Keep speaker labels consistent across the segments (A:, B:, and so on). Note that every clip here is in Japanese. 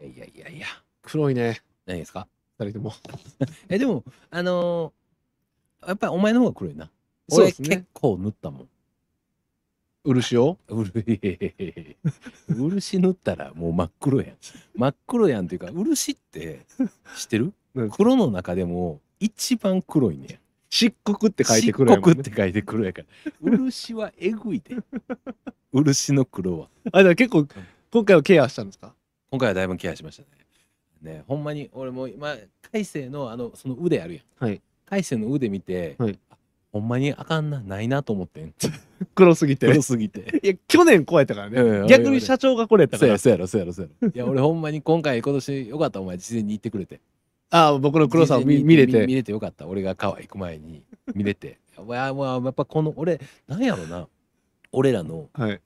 A: いやいやいやいや。
B: 黒いね
A: 何ですか
B: 二人とも
A: え、でも、あのーやっぱりお前の方が黒いな。
B: そう
A: 俺、
B: ですね
A: 結構塗ったもん。
B: 漆を
A: うるいやいやいやいや漆塗ったらもう真っ黒やん。真っ黒やんっていうか、漆って知ってる
B: うん
A: 黒の中でも一番黒いねや。
B: 漆黒って書いて黒やもん、
A: 漆黒
B: ね、
A: って書いて黒やから。漆はえぐいで。漆の黒は。
B: あじゃあ結構今回はケアしたんですか
A: 今回はだいぶケアしましたね。ねほんまに俺も今海星のあのその腕あるやん。
B: はい
A: 海星の腕見て、
B: はい
A: あほんまにあかんなないなと思 ってん。
B: 黒すぎて
A: 黒すぎて。
B: いや去年超えたからね、
A: うん
B: 逆に社長がこれやったか
A: そう
B: ら
A: やそうやろそうやろそうやろ。いや俺ほんまに今回今年よかったお前事前に言ってくれて。
B: ああ僕の黒さを
A: 事前
B: 見
A: に
B: 見れ
A: 見
B: て
A: れてよかった。俺が可愛く前に見れて。 いやもうやっぱこの俺なんやろな。俺らの
B: はい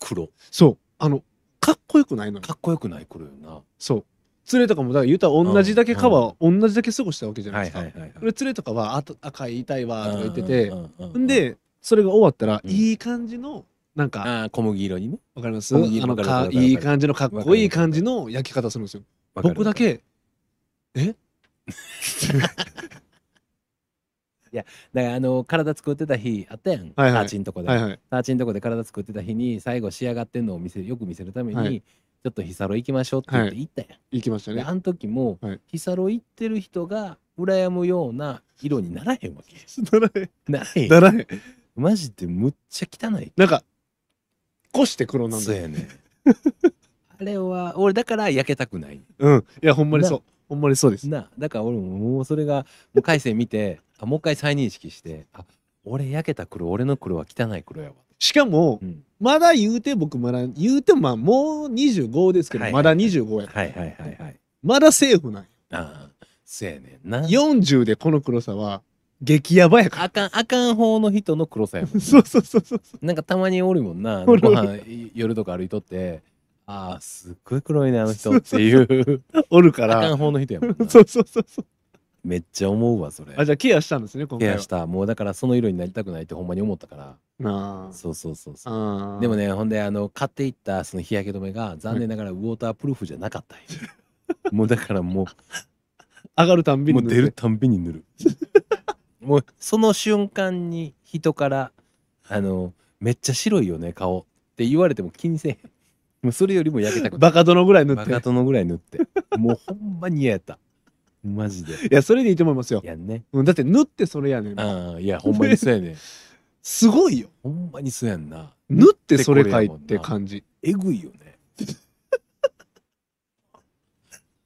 A: 黒
B: そうあのかっこよくないのよ
A: かっこよくない黒よな。
B: そう連れとかもだから言うたら同じだけカバー、同じだけ過ごしたわけじゃないですか、
A: いはい
B: それ連れとかはあと赤い痛いわとか言ってて
A: うんうんうんうん
B: んでそれが終わったら、
A: うん
B: いい感じのなんか
A: あー小麦色にね。
B: わかりますあ
A: 小麦
B: の
A: わかるわか
B: か
A: る
B: いい感じのかっこいい
A: わかるわかる
B: 感じの焼き方するんですよ
A: わかる
B: 僕だけえ
A: だからあの体作ってた日あったやん、
B: はいはい
A: ターチンとこで、
B: はいはい
A: ターチンとこで体作ってた日に最後仕上がってんのを見せるよく見せるために、
B: はい
A: ちょっとヒサロ行きましょうって言って行ったやん、
B: 行きました
A: で
B: ね
A: あの時も、
B: はい
A: ヒサロ行ってる人が羨むような色にならへんわ け
B: ならへん
A: ならへん
B: ならへん
A: マジでむっちゃ汚い
B: なんか越して黒なん
A: そう
B: だ
A: や
B: よ
A: ねん あれは俺だから焼けたくない
B: うんいやほんまにそうほんまにそうです
A: なだから俺ももうそれがもう回線見てあもう一回再認識してあ俺焼けた黒俺の黒は汚い黒やわ、
B: しかも
A: うん、
B: まだ言うて僕まだ言うてもまあもう25ですけど
A: はいは
B: ま
A: いは
B: だ
A: い
B: 25や
A: はいはいはいはい
B: まだセーフなんよ
A: ああ、そやねんな。
B: 40でこの黒さは激ヤバやか
A: あかん、あかん方の人の黒さや もん
B: らそうそうそうそうそう
A: なんかたまにおるもんな。
B: お
A: ご
B: るおる
A: 飯夜とか歩いとって、ああ、すっごい黒いね、あの人っていう。
B: おるか
A: あからん方の人やもんな。
B: そうそうそうそう
A: めっちゃ思うわ、それ。
B: あじゃあケアしたんですね今
A: ケ
B: 回
A: ア
B: は
A: した。もうだからその色になりたくないってほんまに思ったから。
B: な
A: そうそうそうそう。
B: ああ
A: でも
B: ね
A: ね、ほんで、あの、買っていったその日焼け止めが残念ながらウォータープルーフじゃなかったんよもうだからもう
B: 上がるたんびに
A: もう出るたんびに塗る もうその瞬間に人から「あのめっちゃ白いよね顔」って言われても気にせえへんもうそれよりも焼けたくない
B: バカ殿ぐらい塗っ
A: バ
B: て
A: カ殿ぐらい塗ってもうほんまに嫌やったマジで
B: いやそれでいいと思いますよ
A: やんね
B: うんだって塗ってそれやねん
A: ああいやほんまにそうやね
B: すごいよ
A: ほんまにそうやんな
B: 縫ってそれかいって感じ
A: えぐいよね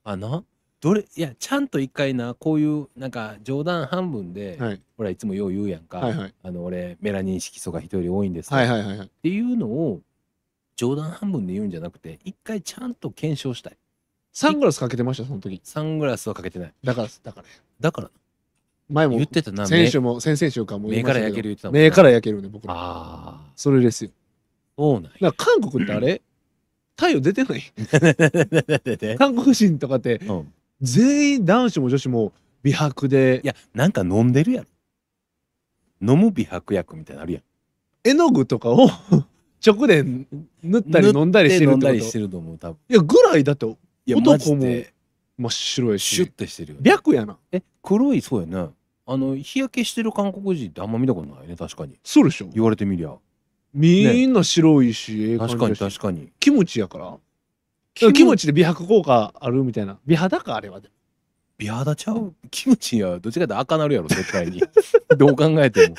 A: あなどれいやちゃんと一回なこういうなんか冗談半分で、
B: はい
A: ほらいつもよう言うやんか、
B: はいはい
A: あの俺メラニン色素が人より多いんですと
B: はいはいはいはい
A: っていうのを冗談半分で言うんじゃなくて一回ちゃんと検証したい
B: サングラスかけてましたその時
A: サングラスはかけてない
B: だからだから
A: だから
B: 前も
A: 言ってたな
B: 先週も先々週かも
A: 目目から焼ける言ってたもんな
B: 目から焼けるね僕ら
A: ああ
B: それですよ
A: そうなんや
B: だから韓国ってあれ太陽出てない韓国人とかって
A: うん
B: 全員男子も女子も美白で
A: いやなんか飲んでるやろ飲む美白薬みたいなのあるやん
B: 絵の具とかを 直で塗ったり飲んだりして
A: で
B: る
A: 飲
B: っ
A: んだ
B: て
A: り
B: こ
A: してると思う多分
B: といやぐらいだって
A: いや
B: 男も
A: マジで
B: 真っ白や
A: シュッ
B: して
A: してるよ、ね、
B: 白やな
A: え黒いそうやねあの日焼けしてる韓国人ってあんま見たことないね確かに
B: そうでしょ
A: 言われてみりゃ
B: みんな白いし、ええ感じ
A: 確
B: だ
A: かに
B: し
A: 確かに
B: キムチやから
A: キム
B: キムチで美白効果あるみたいな美肌かあれはでも
A: 美肌ちゃうキムチやどっちかって赤な るやろ絶対にどう考えても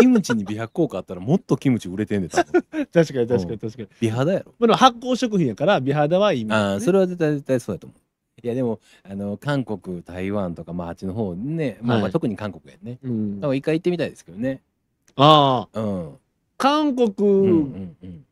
A: キムチに美白効果あったらもっとキムチ売れてんで多 分
B: 確かに
A: 確かに
B: 確かに、
A: 美肌やろ
B: まあ、でも発酵食品やから美肌はいいみたい
A: あ
B: な、
A: あ
B: ね、
A: それは絶対絶対そうだと思ういやでもあの韓国台湾とかまああっちの方ね、まあ、ま
B: は
A: あ
B: い
A: 特に韓国やね
B: うん
A: だから一回行ってみたいですけどね
B: ああ
A: うん
B: 韓国、
A: うんうんうん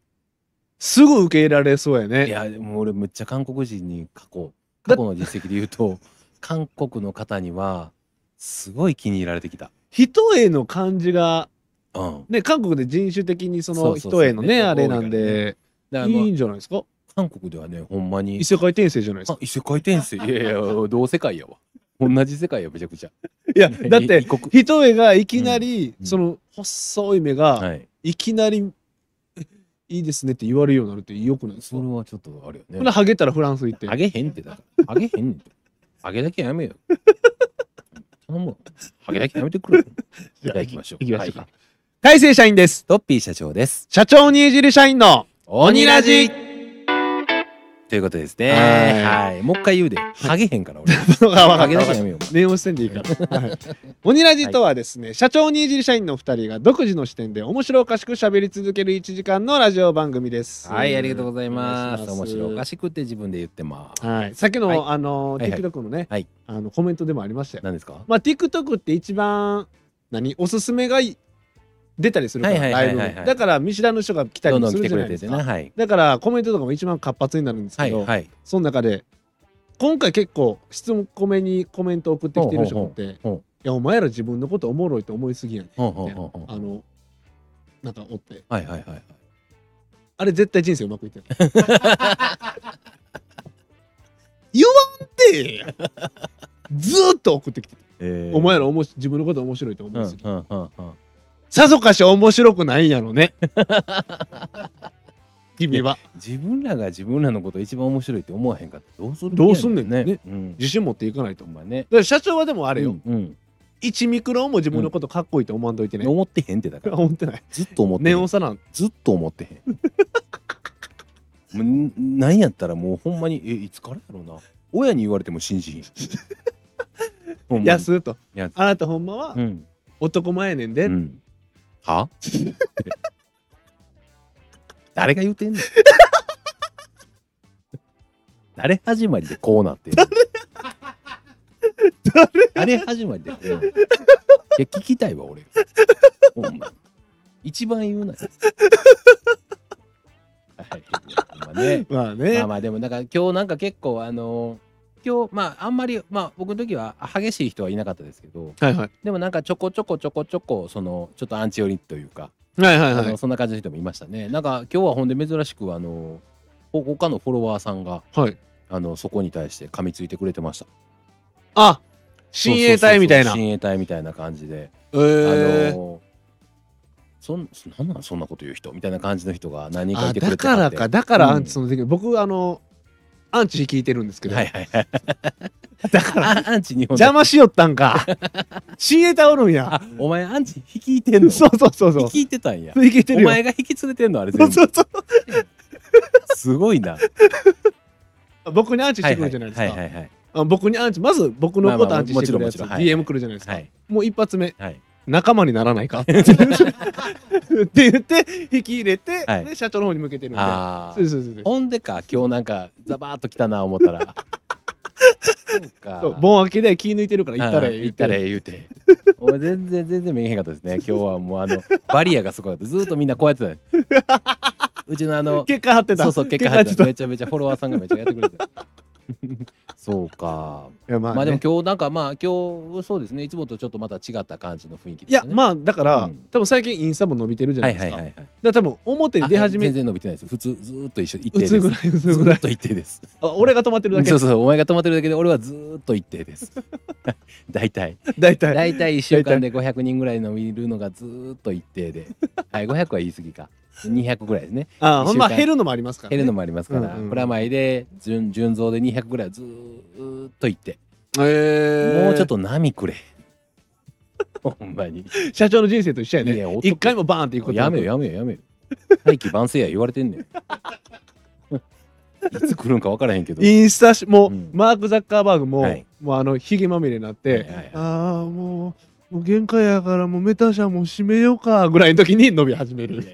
B: すぐ受け入れられそうや
A: い
B: ね
A: やでも俺むっちゃ韓国人に過 去過去の実績で言うと韓国の方にはすごい気に入られてきた
B: 一重の感じが
A: うん
B: ね韓国で人種的にそ
A: そ
B: の
A: うそうそう
B: 一重のね
A: ね
B: あれなんで、
A: だから
B: い
A: まあ
B: いんじゃないですか
A: 韓国ではねほんまに
B: 異世界転生じゃないです
A: あ
B: か
A: 異世界転生いやいや同世界やわ同じ世界やめちゃくちゃ
B: いやだっ
A: い
B: て
A: 異国
B: 一重がいきなり、
A: うん
B: その細い目が
A: はい
B: いきなり、え いいですねって言われるようになるってよくないです
A: そ
B: か
A: れ
B: ほ
A: はちょっとあれよ
B: な
A: ね。
B: ハゲたらフランス行って
A: あげへんってだから。あげへんねんって。あげだけやめよ。頼むわ。あげだけやめてくれ。じゃあ行きましょう。
B: 行きましょうか
A: はい
B: 改正社員です
A: トッピー社長です。
B: 社長にいじる社員の
A: 鬼
B: ラジ
A: ということですね。
B: は
A: はい。もう一回言うで。ハゲへんから 俺。 ハ
B: ハ
A: ゲだけやめよう。
B: 念押してんでい いから。はい鬼ラジとはですね、社長にいじる社員の2人が独自の視点で面白おかしく喋り続ける1時間のラジオ番組です。
A: はい、ありがとうございます。
B: お願
A: 面
B: いし
A: 白おかしくって自分で言ってます。
B: はい、さっきの、
A: はい
B: あの
A: はいはい
B: TikTok のね、
A: はい
B: あのコメントでもありましたよ。
A: 何ですか
B: まあ TikTok って一番何おすすめがい出たりするから
A: はい
B: ラ
A: はいは
B: イ
A: い
B: ブ
A: はい
B: もだから見知らぬ人が来た
A: ど
B: り
A: ん
B: も
A: どん
B: す
A: 来
B: る
A: て
B: じ
A: く
B: ゃな
A: れててね。
B: いですか。
A: はい。
B: だからコメントとかも一番活発になるんです
A: は
B: け
A: い、
B: ど、
A: はい。
B: その中で今回結構質問込めにコメント送ってきてる人がおって「い
A: ほうほうほうほう
B: やお前ら自分のことおもろいと思いすぎやねん」
A: ほうほうほうほう
B: あのなんかおって
A: はいはいはい。
B: あれ絶対人生うまくいってない 言わんてええやんずーっと送ってきて
A: えー
B: お前らおもし自分のこと面白いと思いすぎ、
A: うんうんうんうん。
B: さぞかし面白くないんや ろね君は
A: 自分らが自分らのこと一番面白いって思わへんかったらどうする
B: どうすんねん
A: や
B: ね
A: うん。
B: 自信持っていかないと
A: ほ
B: 思うん
A: まね。
B: だから社長はでもあれよ、
A: うんうん。
B: 1ミクロンも自分のことかっこいいと思わんといてね、
A: 思ってへんってだから。
B: 思ってない
A: ずっと思ってへ
B: 念
A: ん
B: を。さなん
A: ずっと思ってへん。もうなんやったらもうほんまに、え、いつからやろうな。親に言われても信じ ひん。ほんまに
B: やすと
A: やす
B: あなたほんまは
A: うん。
B: 男前やねんで、
A: うん、は 誰が言うてんの 誰始まりでこうなってんの誰始まりでこうな ってんのいや聞きたいわ俺ほんま一番言うなよはいほんま ね
B: まあね、
A: まあまあでもなんか今日なんか結構あの今日まああんまりまあ僕の時は激しい人はいなかったですけど
B: はいはい
A: でもなんかちょこちょこちょこちょこそのちょっとアンチ寄りというか、
B: はいはい
A: あのそんな感じの人もいましたねなんか今日はほんで珍しくあのほ他のフォロワーさんが
B: はい
A: あのそこに対して噛みついてくれてました
B: あ親衛隊みたいな
A: そうそうそう親衛隊みたいな感じで、
B: えー
A: あのそんそなんなんそんなこと言う人みたいな感じの人が何人か
B: あ
A: いてくれて
B: だから
A: は
B: かだから
A: うん
B: アンチその時、僕あのアンチ聞いてるんですけ
A: い
B: ど、
A: はいはい
B: だから
A: あアンチ日本だ
B: 邪魔しよったんか 親衛隊おるんや
A: あお前アンチ引いてんの
B: そうそうそうそう
A: 引いてたんや
B: いけて
A: お
B: るよ
A: 前が引き連れてんのあれ
B: そ
A: 全
B: う
A: 部
B: そうそう
A: すごいな
B: 僕にアンチしてくるじゃないです
A: はいは
B: か
A: いはい
B: あ僕にアンチまず僕のことアンチしてくるやつ、
A: まあまあもちろんもちろんはい
B: DM 来るじゃないですか、
A: はい
B: もう一発目
A: はい
B: 仲間にならな いかって言って引き入れて、
A: はい
B: で社長の方に向けてるんで
A: あ
B: そ
A: ー
B: うそうそうそう
A: ほんでか今日なんかザバーっと来たな思った らそうか
B: そう盆開けで気抜いてるから行ったら
A: うん
B: ええ
A: 行ったら
B: え
A: ええ言うて俺全然全然見えへんかったですね今日はもうあのバリアがすごかったずーっとみんなこうやってたうちのあの
B: 結果張ってた
A: そうそう結果入って
B: 結果
A: た
B: 張
A: めちゃめちゃフォロワーさんがめちゃやってくれてそうか
B: いやまあ、ね、
A: まあでも今日なんかまあ今日そうですねいつもとちょっとまた違った感じの雰囲気
B: い
A: でし
B: や
A: たね
B: まあだから、
A: うん
B: 多分最近インスタも伸びてるじゃな
A: はいいは
B: です
A: い
B: か,、
A: はいはい
B: だから多分表に出始め
A: あ全然伸びてないです普通ずーっと一緒一定
B: う
A: で
B: つ
A: す
B: ぐらいう
A: ず
B: つぐ
A: ー
B: らい
A: っと一定です
B: あ俺が止まってるだけ
A: そうそうお前が止まってるだけで俺はずーっと一定です 大体
B: 大体
A: 大体1週間で500人ぐらいのいるのがずーっと一定 ではい500は言い過ぎか200ぐらいですね
B: あほんま
A: 一週間
B: 減るのもありますから、ね、
A: 減るのもありますから、
B: うんうん
A: プラマイで純純増で200ぐらいはずーっと一定、
B: えー
A: もうちょっと波くれ ほんまに
B: 社長の人生と一緒や
A: いや
B: ね
A: 男
B: 一回もバーンっていくこと
A: やめよやめよやめよ大器晩成や言われて んねんいつ来るんか分からへんけど
B: インスタしもう、
A: うん
B: マーク・ザッカーバーグも、
A: はい
B: もうあのひげまみれになっ
A: はい
B: て、
A: はいはい
B: ああもうもう限界やからもうメタ社も閉めようかぐらいの時に伸び始める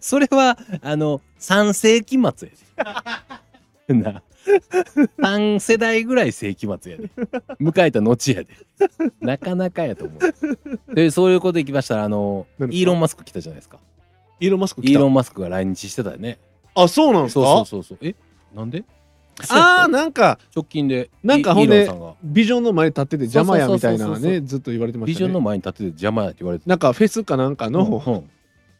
A: それはあの3世紀末や で。な3世代ぐらい世紀末やで迎えた後やでなかなかやと思うでそういうことできましたらあの
B: 何ですか
A: イーロン・マスク来たじゃないですか
B: イーロン・マスク
A: イ
B: 来
A: ー
B: た
A: ロン・マスクが来日してたよね
B: あそうなんですか
A: そうそうそうそうえなんで
B: ああなんか
A: 直近で
B: なんか
A: イ
B: ほん
A: イ
B: で
A: ーロンさんが
B: ビジョンの前立ってて邪魔やみたい
A: そう
B: な
A: そうそうそうそ
B: ねずっと言われてま
A: ビ
B: し
A: ジ
B: た
A: ョンの
B: ね
A: 前に立ってて邪魔やって言われてた
B: なんかフェスかなんかの、
A: うんうん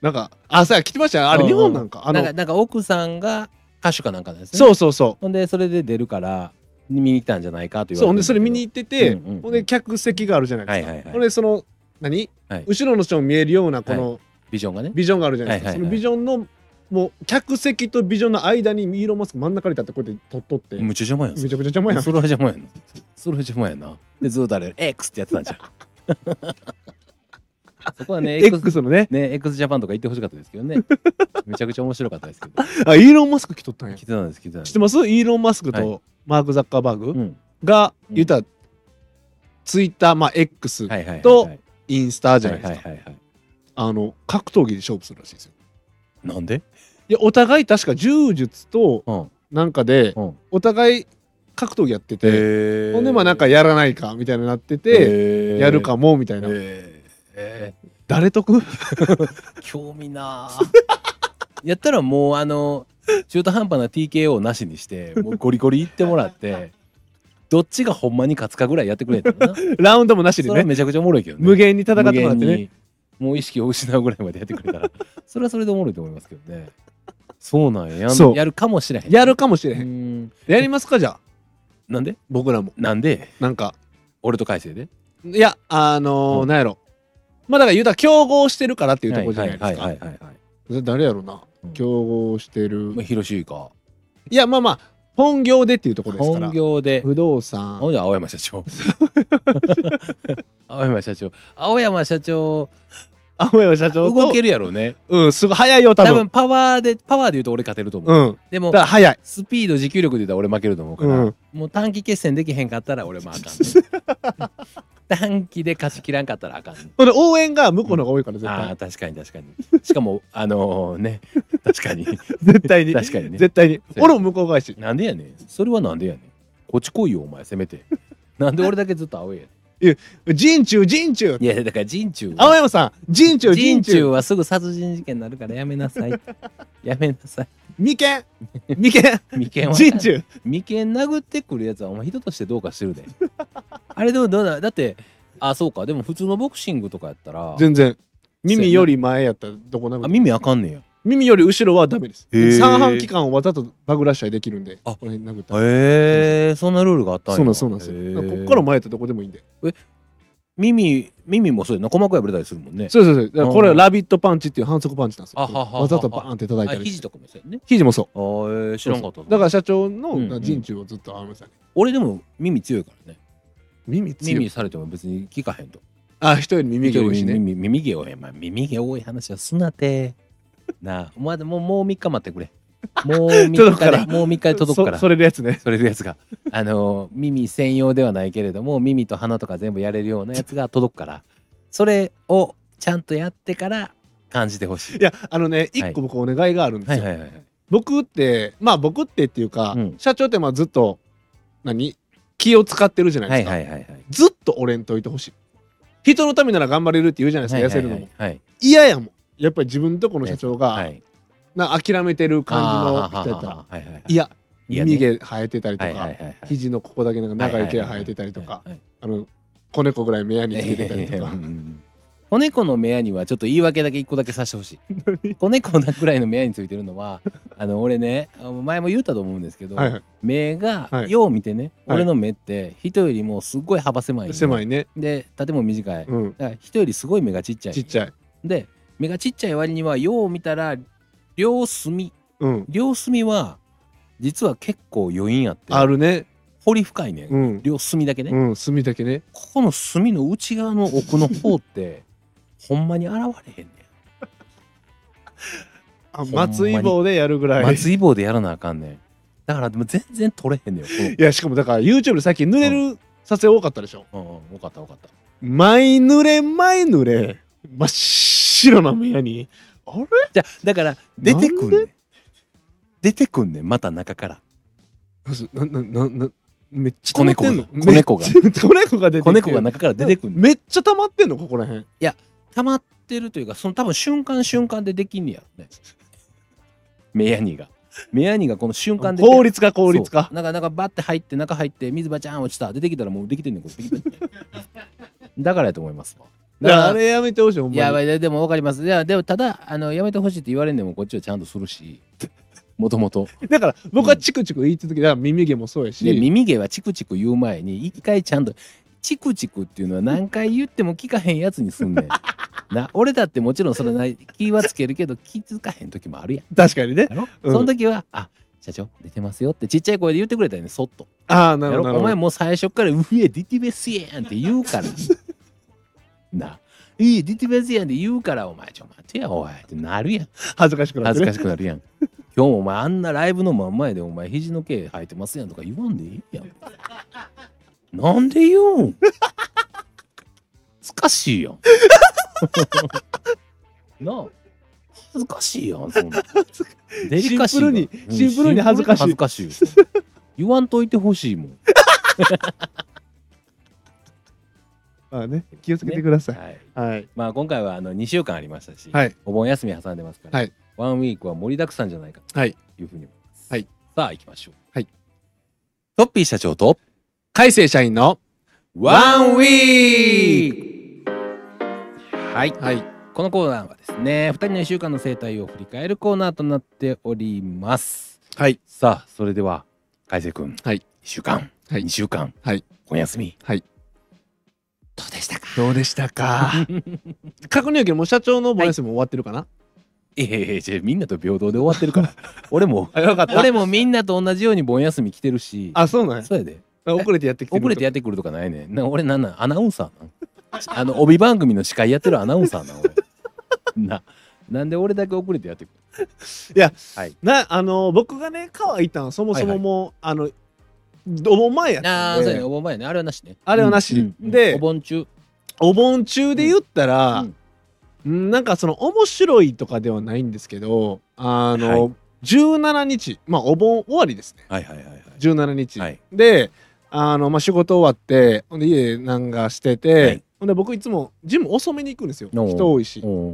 B: なんかあそうや来てましたよあれ
A: うん
B: 日本なんかあ
A: な
B: の
A: んかなんか奥さんが歌手かなんかなんですね
B: そうそうそ
A: ほんでそれで出るから見に来たんじゃないかと言われて
B: うそうほんでそれ見に行ってて、
A: うんうんうん
B: ほんで客席があるじゃないですか、
A: はいはいはい
B: ほんでその何、
A: はい
B: 後ろの人も見えるようなこの、
A: ビジョンがね
B: ビジョンがあるじゃないですか、
A: はいはいはい
B: そのビジョンのもう客席とビジョンの間にイーロン・マスク真ん中に立ってこうやって取っとってめ
A: むっちゃ邪魔やん
B: ちゃくちゃ邪魔やん
A: それは邪魔やなそれは邪魔やなでずっとあれ X ってやってたんじゃん そこはね X,
B: X のね
A: ね X ジャパンとか行ってほしかったですけどねめちゃくちゃ面白かったですけど
B: あイーロン・マスク来とったんや
A: 来てたんです来てたんで
B: 知っ
A: す
B: てますイーロン・マスク
A: は
B: とマーク・ザッカーバーグ、
A: うん
B: が
A: うん
B: 言ったらツイッターまあ X
A: はいはいはいはい
B: とインスタじゃ
A: は
B: ない
A: い
B: です
A: は
B: か、
A: いはいはい
B: あの格闘技で勝負するらしいですよ
A: なんで
B: いやお互い確か柔術と
A: うん
B: なんかで
A: うん
B: お互い格闘技やってて、
A: え
B: ほんでまあなんかやらないかみたいになってて、
A: で
B: やるかもみたいな、
A: えーえ
B: 誰得
A: ー興味なあ やったらもうあの中途半端な TKO なしにしてもうゴリゴリいってもらって どっちがほんまに勝つかぐらいやってくれたらな
B: ラウンドもなしで
A: それは
B: ね
A: めちゃくちゃおもろいけどね
B: 無限に戦ってもらって
A: 無限
B: ね
A: にもう意識を失うぐらいまでやってくれたらそれはそれでおもろいと思いますけどねそうなんややん
B: そう
A: やるかもしれへん
B: やるかもしれ
A: う
B: へん、
A: ん
B: やりますかじゃあ
A: なんで
B: 僕らも
A: なんで
B: なんか
A: 俺と海星で
B: いやあのー
A: うん
B: なんやろまあだから言うたら競合してるからっていうとこ
A: は
B: じゃないですか、
A: はいはいはいはいはい
B: 誰やろな
A: うん
B: 競合してる、
A: まあ広しいか
B: いやまあまあ本業でっていうところですから
A: 本業で
B: 不動産
A: ほんじゃ青山社 長青山社長青山社長
B: 青山社長と
A: 動けるやろうね
B: うんすごい早いよ多
A: 多
B: 分
A: 分パワーでパワーで言うと俺勝てると思う、
B: うん
A: でも
B: だから早い
A: スピード持久力で言ったら俺負けると思うから、
B: うん
A: もう短期決戦できへんかったら俺もあかん、 短期で勝ちきらんかったらあかん、
B: ほんで応援が向こうの方が多いから絶
A: ああ
B: 対
A: 確かに確かにしかもあのね確かに
B: 絶対に
A: 確かにね
B: 絶対に
A: うや
B: 俺も向こう返し
A: なんでやねんそれはなんでやねんこっち来いよお前せめてなんで俺だけずっと青いやね
B: 陣中陣中
A: んいやだから陣中
B: 青山さん陣中
A: 人
B: 陣
A: 中
B: 中
A: はすぐ殺人事件になるからやめな さい。やめなさい。
B: 眉間眉間
A: 眉間は。
B: 陣中
A: 眉間殴ってくるやつはお前人としてどうかして るで。あれでもどうだだって、あ、そうか。でも普通のボクシングとかやったら、
B: 全然耳より前やったらどこな
A: あ
B: の
A: 耳あかんねんや。
B: 耳より後ろはダメです
A: へー
B: 三半規管をわざとバグラッシャーできるんで
A: あ
B: これ殴ったら
A: へえ、そんなルールがあったん
B: そ
A: や
B: うなんそうなんですよだからこっから前やったらどこでもいいんで
A: 耳、耳もそうやな。鼓膜破れたりするもんね。
B: そうそうそう。だからこれは
A: うん
B: ラビットパンチっていう反則パンチなんですよ。
A: あはは
B: わざとバーンって叩い
A: あ
B: たりし
A: 肘
B: て。
A: とかもそうやね。
B: 肘もそ
A: あーえー
B: う。
A: 知らんかった
B: そうそうだからら社長
A: うんう
B: の
A: ん
B: 陣中をずっとありましたね。
A: 俺でも耳強いからね
B: 耳強い。
A: 耳されても別に聞かへんと
B: あ、人より耳が多いしね。
A: 耳耳毛多い、まあ、耳毛多い話はすな て。なあ、まだもう、もう3日待ってくれ。もう3
B: 届くか
A: 日
B: ら
A: で、もう3日で届くから。そ
B: そそれのやつね。
A: れでやつが、あのー、耳専用ではないけれども、耳と鼻とか全部やれるようなやつが届くから、それをちゃんとやってから感じてほしい。
B: いや、あのね、一個僕お願いがあるんで
A: は
B: す
A: い
B: よ
A: は。いはいはい。
B: 僕って、まあ僕ってっていうか
A: うん、
B: 社長ってまあずっと、何気を使ってるじゃな
A: はいい
B: です
A: は
B: か。
A: いはいはい。
B: ずっと俺んといてほしい。人のためなら頑張れるって言うじゃないですか、痩せるのも。
A: はいはい
B: 嫌やもん。やっぱり自分とこの社長
A: はい。は
B: が、
A: い。
B: な諦めてる感じの人やったら
A: あ、ーはいはいはい。
B: いや、
A: ね
B: 耳毛生えてたりと
A: はいは
B: か
A: い、はいはい。
B: 肘のここだけなんか長い毛が生えてたりと
A: はいは
B: か
A: い、はい。
B: あの子猫ぐらい目やにつけてたりと か
A: う。ん子猫の目やにはちょっと言い訳だけ一個だけさせてほしい。子猫なくらいの目やについてるのは、 あの俺ね、あの前も言ったと思うんですけど、
B: はいは
A: 目が、
B: はい
A: よう見てね、
B: はい
A: 俺の目って人よりもすっごい幅狭い、
B: い。狭
A: い。
B: いね。
A: で、縦も短い。
B: うん。
A: だから人よりすごい目がちっちゃい。
B: ちっちゃい。
A: で、目がちっちゃい割には、よう見たら、両隅、
B: うん。
A: 両隅は、実は結構余韻あって、
B: あるね。
A: 彫り深いね、
B: うん。
A: 両隅だけね。
B: うん。墨だけね。
A: ここの隅の内側の奥の方って ほんまに現れへんね
B: あ
A: ほんまに
B: 松井棒でやるぐ
A: ん、
B: らい。い
A: 松井棒でやらなあかんねんだからでも全然取れへんねんよ、
B: や、しかもだから YouTube で最近濡れる撮影多かったでしょ。
A: うんうんうん、分かった分かった
B: 前濡れ、前濡れ。真っ白な目やに。あれ
A: じゃあだから出てくん
B: な
A: ねん出てくんねんまた中から
B: な、な、な、な、めっちゃ
A: 子
B: 溜まっ
A: 猫が
B: てんの。
A: 子猫が
B: めっちゃ子猫が出てきて
A: 子猫が中から出てくんねん
B: めっちゃ溜まってんの、ここら辺。
A: 溜まってるというかその多分瞬間瞬間でできんねやろね目やにが目やにがこの瞬間で
B: 効率か、効率か
A: そう。なんかなんかバッて入って中入って水ばちゃん落ちた出てきたらもうできてんねんこれピキピキだからやと思いますわ
B: いやあれやめてほしい、ほんま
A: い
B: に。
A: やばいやでも分かりますいやでもただあのやめてほしいって言われんでもこっちはちゃんとするし もともと
B: だから僕はチクチク言い続けたら耳毛もそうやし、
A: で耳毛はチクチク言う 前に一回ちゃんとチクチクっていうのは何回言っても聞かへんやつにすんねんな俺だってもちろんそれない気はつけるけど気づかへん時もあるやん
B: 確かにね。
A: やろ、
B: うん
A: その時は「あ社長出てますよ」ってちっちゃい声で言ってくれたよねそっと
B: ああ、な
A: や
B: るほど。
A: ろお
B: な
A: 前
B: るほ
A: もう最初から「うえ出てますやん」って言うから な「いい出てますやん」って言うから「お前ちょ待てやおい」ってなるやん
B: ど恥ずかしくなっ
A: 恥
B: て
A: ずか
B: ね
A: しくなるやん今日もお前あんなライブの真ん前でお前肘の毛生えてますやんとか言わんでいいやんなんで言うん恥ずかしいやんなあ恥ずかしいやんそんなデリカシーが
B: シンプルに
A: うん
B: シンプルに恥ずかしい
A: シンプルに恥ずかしいよ言わんといてほしいもん
B: まあね、気をつけてください。
A: はい
B: はい。
A: まあ今回はあの2週間ありましたし、
B: はい
A: お盆休み挟んでますから、
B: はい
A: ワンウィークは盛りだくさんじゃないかと
B: はいいう
A: ふうに思います。
B: はい
A: さあ行きましょう。
B: はい、
A: トッピー社長と
B: 改正社員の。
A: ワンウィークはい、
B: はい。
A: このコーナーはですね2人の1週間の生態を振り返るコーナーとなっております。
B: はい。
A: さあそれでは海星君、
B: はい
A: 1週間、
B: はい
A: 2週間、
B: はい
A: お休み、
B: はい
A: どうでしたか
B: どうでした か確認やけど、もう社長のボナスも終わってるかな、
A: いやいやいやみんなと平等で終わってるから俺も
B: あ、よかった。
A: 俺もみんなと同じように盆休み来てるし、
B: あ、そうなんや。
A: そうやで。
B: 遅れてやってきてる
A: 遅れてやってくるとかないねん。な俺なんなんアナウンサーなんあの帯番組の司会やってるアナウンサーなん俺。 な、なんで俺だけ遅れてやってく
B: なあの僕がね川行ったのはそもそももう、あのお盆前やっ
A: るあ
B: た
A: あ、そ
B: ん
A: う
B: で
A: やね。お盆前ね。あれはなしね。
B: あれはなし
A: うんうん
B: で
A: お盆中。
B: お盆中で言ったら
A: う、ん
B: うんなんかその面白いとかではないんですけどあの、
A: は
B: 17日まあお盆終わりですね
A: はいはいはいはい。
B: 17日、
A: はい
B: であの、まあ、仕事終わってほんで家なんかしてて、
A: はい
B: ほんで僕いつもジム遅めに行くんですよ
A: おう
B: 人多いし
A: おー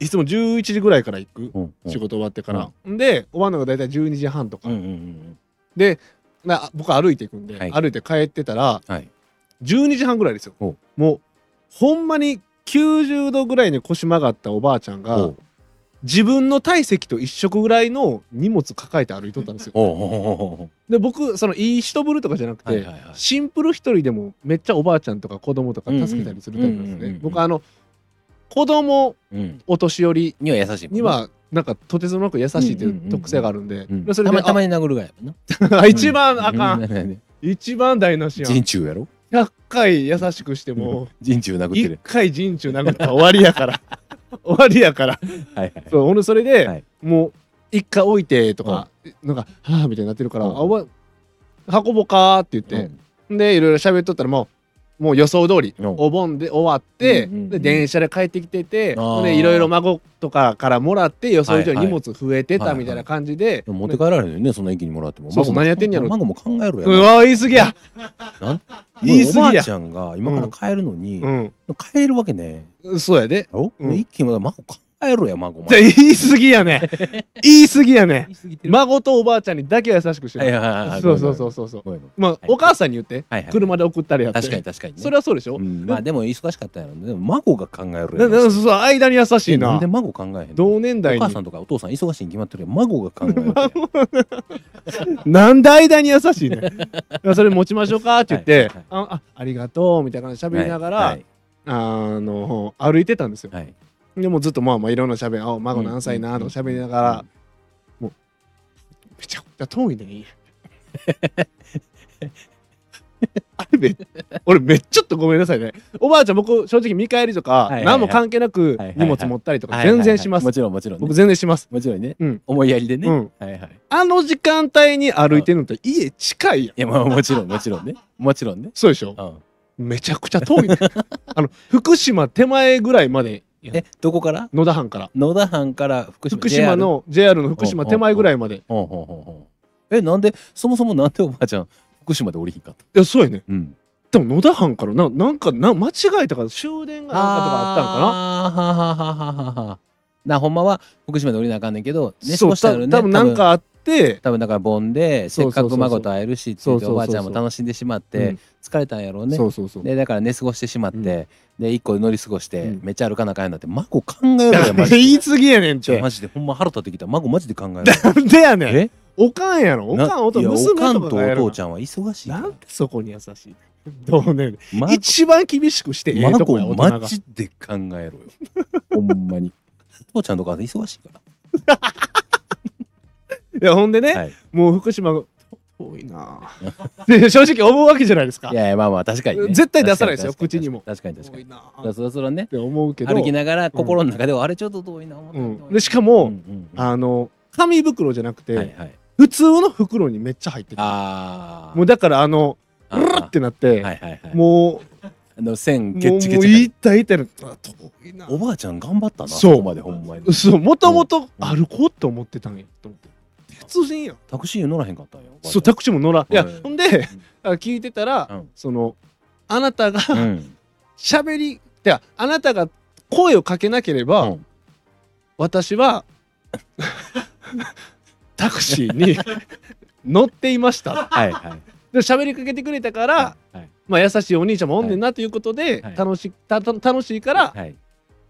B: いつも11時ぐらいから行く
A: うんうん
B: 仕事終わってから、で終わるのが大体12時半とか、
A: うんうんうん
B: でな僕歩いていくんで、
A: はい
B: 歩いて帰ってたら
A: うん。はい。
B: 12時半ぐらいですよ
A: お
B: もうほんまに90度ぐらいに腰曲がったおばあちゃん
A: お
B: が
A: う
B: 自分の体積と一色ぐらいの荷物抱えて歩いとったんですよ
A: おうおうおうおう
B: で僕そのいい人ぶるとかじゃなくて、
A: はいはいはい。
B: シンプル一人でもめっちゃおばあちゃんとか子供とか助けたりするタイプな
A: うんうんう
B: んです
A: んうんうんう
B: ね
A: ん
B: 僕あの子供
A: うん。
B: お年寄り
A: には優しいもんね。
B: にはなんかとてつもなく優しいという特性があるんで、
A: うん、
B: それ
A: た
B: で
A: またまに殴るぐらいやもんな。
B: あ一番あかん、
A: う。う
B: 一番台無しやん
A: 人中やろ
B: 100回優しくしても
A: 人中殴って
B: 1
A: る。
B: 回人中殴ったら終わり やから終わりやから
A: はいはい。
B: そうほんでそれで、
A: はい
B: もう1回置いてとか、なんか「はあ」みたいになってるから「
A: うん
B: あお前運ぼうか」って言っ
A: う
B: て
A: ん、
B: でいろいろ喋っとったらもうもう予想通り、
A: うん
B: お盆で終わって、
A: うんうんうん
B: で電車で帰ってきてて
A: あー
B: でいろいろ孫とかからもらって予想以上に
A: はい
B: 荷
A: はい
B: 物増えて
A: はい
B: た
A: はい
B: みたいな感じで、
A: でも持って帰られるよね、そんな一気にもらっても。
B: そうそ
A: 孫
B: う
A: も
B: 何やってんやろ
A: 孫も考えろや
B: う。わ言い過ぎや
A: なん
B: 言い
A: おば
B: 過ぎ
A: あ
B: や
A: ちゃんが今から帰るのに、
B: う
A: 帰るわけね
B: んそうやで
A: え。やろ、
B: うん
A: 一気に孫考えろや、孫も。
B: じゃあ言い過 ぎやね言い過ぎやね
A: 言い過ぎてる
B: 孫とおばあちゃんにだけは優しくして
A: はい
B: る
A: はいはいはい。
B: そうそうそうそうそう
A: ごめんごめん。
B: まあ、
A: い
B: お母さんに言って
A: はいはい。
B: 車で送ったりやって
A: 確かに確かに、ね。
B: それはそうでしょ、
A: うん、まあでも忙しかったんやろね。でも孫が考えろや
B: ななそうそう間に優しい
A: な
B: なん
A: で孫考えへんの
B: 同年
A: お
B: 代
A: 母さ
B: に
A: んとかお父さん忙しいに決まってるけど孫が考え ろや。
B: なんで間に優しい ねいやそれ持ちましょうかって言って、
A: はい
B: ああありがとうみたいな感じで喋りながら、
A: はい
B: あの歩いてたんですよ
A: はいはい
B: でもずっとまあまあいろんな喋りあ孫何歳なとか喋りながら、
A: うんうん
B: めちゃくちゃ遠 いねあれめ俺めっちゃっとごめんなさいねおばあちゃん僕正直見返りとか
A: いはいはい
B: 何も関係なく
A: はいはいは
B: 荷
A: い
B: 物持ったりとか
A: はいはいはい
B: 全然します
A: もちろんもちろん、ね
B: 僕。全然します
A: もちろんね。
B: うん
A: 思いやりでね。
B: うん
A: はいはい。
B: あの時間帯に歩いてるのって家近いや
A: い
B: ん
A: やまあもちろんもちろんね。もちろんね。
B: そうでしょ
A: うん。
B: めちゃくちゃ遠 いねあの福島手前ぐらいまで
A: えどこから
B: 野田藩から
A: 野田藩から福島
B: 福島の JR の福島手前ぐらいまでい
A: JR ほうほうほうほうえなんでそもそもなんでおばあちゃん福島で降りひんかった
B: やそうやね
A: うん
B: でも野田藩からななんかな間違えたから終電がなんか
A: あった
B: とかあったんかな
A: んかなはははははなほんまは福島で降りなあかんねんけどね
B: そう
A: 少したらね
B: た多分なんかあって
A: 多分だから盆でせ
B: そ
A: っ
B: うそう
A: か
B: そうそ
A: く
B: う
A: 孫と会えるしって言って
B: そう
A: お
B: そ
A: ば
B: うそう
A: あ
B: そう
A: ちゃんも楽しんでしまっ
B: う
A: て
B: ん
A: 疲れたんやろうね
B: そうそうそう
A: でだから寝過ごしてしまって、
B: うん
A: で一個乗り過ごして、
B: うん
A: めっちゃ歩かなあかんやなって孫考えろ
B: いや
A: よマジ
B: 言い
A: で
B: 過ぎやねんっ
A: ちょ
B: て
A: マジでほんま腹立ってきた孫マジで考えろよ
B: なんでやねん
A: え
B: おかんやろおかんおと
A: いや
B: 娘
A: おかん
B: とか
A: と
B: がや
A: お
B: る
A: 父ちゃんは忙しいか
B: な
A: ら
B: んでそこに優しいど うね
A: ま
B: 一番厳しくしてええ
A: マ
B: とこ
A: コ
B: や大人
A: マ
B: が
A: ジで考えろよほんまに 父ちゃんとか忙しいか
B: いやほんでね、
A: ら、はい、
B: もう福島遠 いなぁで正直思うわけじゃないですか
A: いやいやまあまあ確かに、ね、
B: 絶対出さないですよ
A: 確か
B: 口にも
A: 確かに確か
B: 遠
A: に
B: いな
A: 確か
B: ぁ
A: に
B: っ
A: そろそろね
B: て思うけど、
A: 歩きながら心の中では、あれちょっと遠いな思って
B: う
A: た
B: ん、でしかも、
A: うんうん
B: あの紙袋じゃなくて、
A: はいはい
B: 普通の袋にめっちゃ入ってる
A: ああ
B: もうだからあのう
A: あー
B: るってなって、
A: はいはいはい
B: も
A: あの線
B: う
A: ゲッチゲ
B: もう
A: チ
B: 痛い痛いな遠いな
A: おばあちゃん頑張ったな
B: そう
A: ここまでほんまに
B: そうもともと歩こうって思ってたんやと思って鉄人やん
A: タクシー乗らへんかったんよ
B: そうタクシーも乗らいや
A: うん
B: ほんであ聞いてたら、
A: うん
B: そのあなたが
A: うんうん
B: 喋りいやあなたが声をかけなければ、
A: うん
B: 私はタクシーに乗っていました
A: はいはい
B: で喋りかけてくれたから、
A: はい
B: まあ、優しいお兄ちゃんもおんねんなということで、
A: はい
B: 楽したた楽しいから
A: はい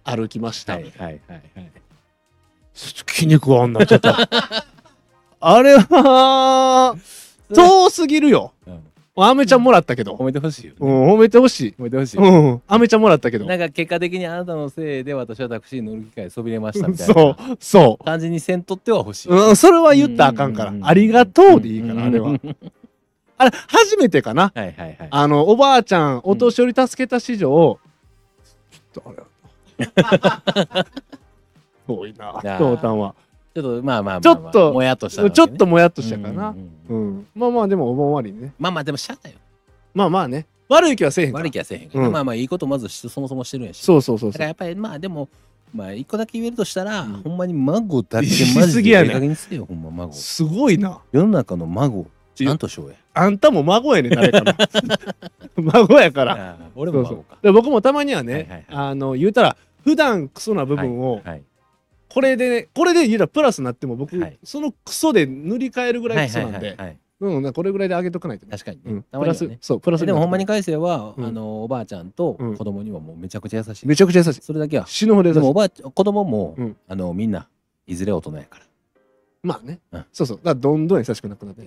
B: 歩きました、
A: はいはいはいはい
B: 筋肉があんなちょっと あれは遠すぎるよ
A: うん
B: あめちゃんもらったけど
A: 褒、めてほしいよ
B: う
A: ね
B: ん、褒めてほしい
A: 褒めてほしい
B: うんあめちゃんもらったけど
A: なんか結果的にあなたのせいで私はタクシーに乗る機会そびれましたみたい
B: そ
A: な
B: うそ、
A: 感じにせんとっては欲しいう
B: うん、それは言ったらあかんから、ありがとうでいいから、あれは、
A: うんうんうん
B: あれ初めてかな
A: はいはいはい
B: あのおばあちゃんお年寄り助けた史上、ちょっとあれやな遠いな
A: やー
B: 東端は
A: ちょっとまあまあまあまあ
B: ちょっと
A: もやっとしたのね
B: ちょっともやっと
A: と
B: したからな、
A: う
B: うんんまあまあでもお盆終わりにね
A: まあまあでもしゃあないよ
B: まあまあね悪い気はせえへんから
A: 悪い気はせえへんから
B: うん
A: まあまあいいことまずしてそもそもしてるんやし
B: そうそうそう
A: だ
B: そ
A: から
B: う
A: やっぱりまあでもまあ一個だけ言えるとしたら、
B: うん
A: ほんまに孫だけ
B: 言い
A: マジ
B: 過ぎ
A: で
B: や
A: え
B: ね
A: え加減にせよほんま孫
B: すごいな
A: 世の中の孫ちゃんとしようや
B: あんたも孫やね誰 かの孫やから
A: ああ俺
B: そ
A: も
B: うそ
A: 孫
B: う
A: か
B: で僕もたまにはね、
A: はいはいは
B: あの言うたら普段クソな部分を
A: はい
B: これで、これで言うたらプラスになっても僕、
A: はい
B: そのクソで塗り替えるぐ
A: ぐ
B: らいクソなんで、
A: はい
B: うんなんかこれぐらいで上げとかないとね、
A: 確かにね、
B: うん、
A: たま
B: プ
A: に
B: ラ
A: は
B: ス、
A: ね
B: そうプラス
A: でもほんまに
B: なっ
A: 返
B: て
A: せば、
B: うん
A: あのおばあちゃんと
B: うん
A: 子供にはもうめちゃくちゃ優しい、
B: めちゃくちゃ優しい
A: それだけは
B: 死ぬほど優
A: で
B: しい
A: もおばあちゃん子供も、
B: うん
A: あのみんないずれ大人やから
B: まあね、
A: うん
B: そうそうだからどんどん優しくなくなっ て、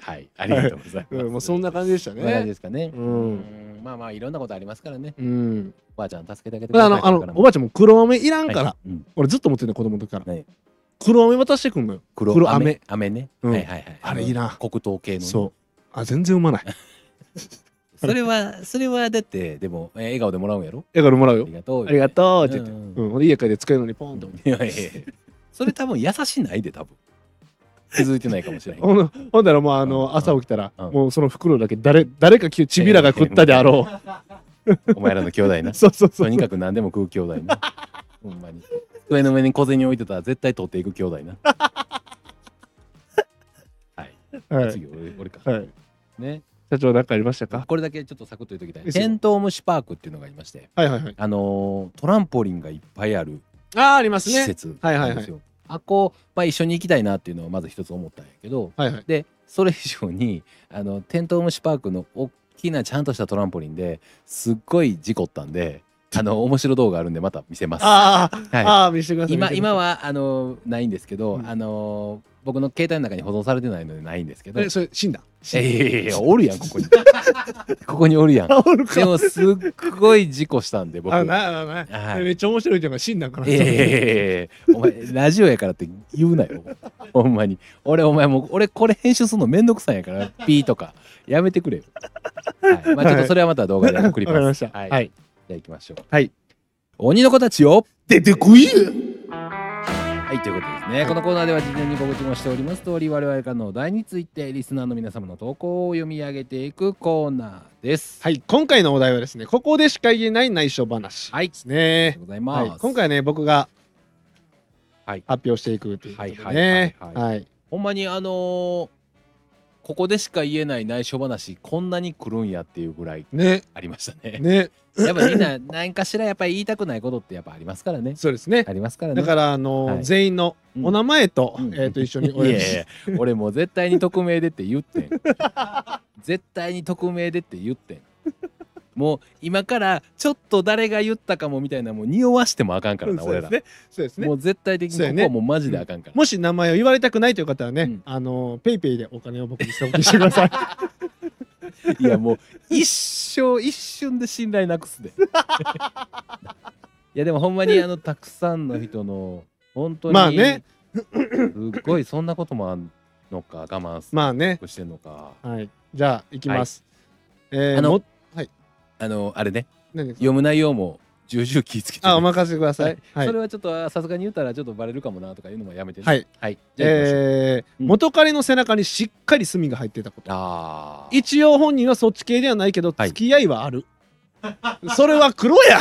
A: はいありがとうございます、
B: うん、もうそんな感じでした
A: こんな感じ
B: ね
A: ですかね
B: うん
A: んまあまあいろんなことありますからね
B: うん
A: おばあちゃん助けてあげて
B: ただあのあのおばあちゃんも黒飴いらんから、
A: はいうん
B: 俺ずっと思ってんの子供の時から、
A: はい
B: 黒飴渡してくんのよ
A: 黒
B: 黒
A: 飴
B: 飴
A: 飴ね、
B: うん
A: はいはいはい
B: あれいいな
A: 黒糖系のね、
B: そうあ全然うまない
A: それはそれはだってでも、えー笑顔でもらうんやろ
B: だからもらう
A: あ
B: よ
A: りがとう
B: ありが
A: う
B: とうって言って、
A: ん
B: うん俺家帰って使えるのにポンと、
A: いやいやいや それ多分優しないで多分気づいてないかもしれへん
B: ほんほんだら もうあ
A: う
B: の
A: ん
B: 朝起きたら
A: うん
B: もうその袋だけ誰誰かきちびらが食ったであろ
A: お前らの兄弟な
B: う そうそうそ
A: と
B: う
A: にかく何でも食う兄弟 なほんまに机の上に小銭置いてたら絶対取っていく兄弟なはい、
B: はい
A: 次俺俺か、
B: はい
A: ね
B: 社長なんかありましたか
A: これだけちょっとサクッと言っときた
B: で
A: い
B: すよ
A: テントウムシパークっていうのがありまして
B: はいはいはい
A: あのートランポリンがいっぱいある
B: あああります
A: 施
B: ね
A: 設
B: はいは
A: な
B: いは
A: ん
B: い
A: ですよ。あこう、まあ、一緒に行きたいなっていうのはまず一つ思ったんやけど
B: はいはい
A: でそれ以上にあのテントウムシパークの大きなちゃんとしたトランポリンですっごい事故ったんであの面白動画あるんでまた見せます。
B: あー
A: はい
B: あー見せてください
A: 今
B: 見せてくだ
A: 今
B: さい
A: はあのないんですけど、
B: うん
A: あの僕の携帯の中に保存されてないのでないんですけど。
B: えそれ死んだ
A: いやいやいやおるやんここにここにおるやん
B: あおるか
A: でもすっごい事故したんで僕
B: あなあな
A: は
B: ないめっちゃ面白いじゃんが死んだんから
A: いやいやいやいやお前ラジオやからって言うなよほんまに俺お前もう俺これ編集するのめんどくさいんやからピーとかやめてくれよ、はいまあ、ちょっとそれはまた動画で送ります
B: わかりました
A: はい、
B: はい
A: じゃあ行きましょう
B: はい
A: 鬼の子たちよ
B: 出てこい
A: はいということですね、このコーナーでは事前に告知もしております通り我々からのお題についてリスナーの皆様の投稿を読み上げていくコーナーです
B: はい今回のお題はですねここでしか言えない内緒話
A: はい
B: ですね
A: ありがとうございます、
B: はい、今回はね僕が
A: はい
B: 発表していくということでね
A: はいはいはいは
B: はい
A: ほんまにあのーここでしか言えない内緒話こんなに来るんやっていうぐらい
B: ね
A: ありましたね
B: ね
A: やっぱみんな何かしらやっぱり言いたくないことってやっぱありますから ね。
B: そうですね
A: ありますからね。
B: だからあのー
A: はい
B: 全員の
A: うん
B: お名前と、
A: うん
B: えっ、と一緒にお呼
A: い
B: び
A: やいや俺もう絶 対に匿名でって言ってん。絶対に匿名でって言ってん。もう今からちょっと誰が言ったかもみたいなもう匂わしてもあかんからな、
B: そう
A: 俺
B: で
A: ら
B: す。ね。そうですね
A: も。う絶対的に
B: そうや
A: こ
B: ね
A: こはもうマジであかんから。
B: もし名前を言われたくないという方はね、
A: うん
B: あのペイペイでお金を僕に送金してください。
A: いやもう一生一瞬で信頼なくす で。いやでもほんまにあのたくさんの人の本当に
B: まあね
A: すっごいそんなこともあんのか我慢 す
B: まあね。
A: してんのか。
B: はい。じゃあ行きます。えー、
A: あの
B: も
A: あのあれね
B: 何ですか
A: 読む内容も重々気ぃつけてね。
B: あお任せください。はい
A: そ。れはちょっとあさすがに言ったらちょっとバレるかもなとかいうのもやめてね
B: はい、
A: はい、じゃあ行きましょう、
B: えー
A: うん
B: 元彼の背中にしっかり墨が入ってたこと。
A: あー
B: 一応本人はそっち系ではないけど
A: はい
B: 付き合いは ある。それは黒や。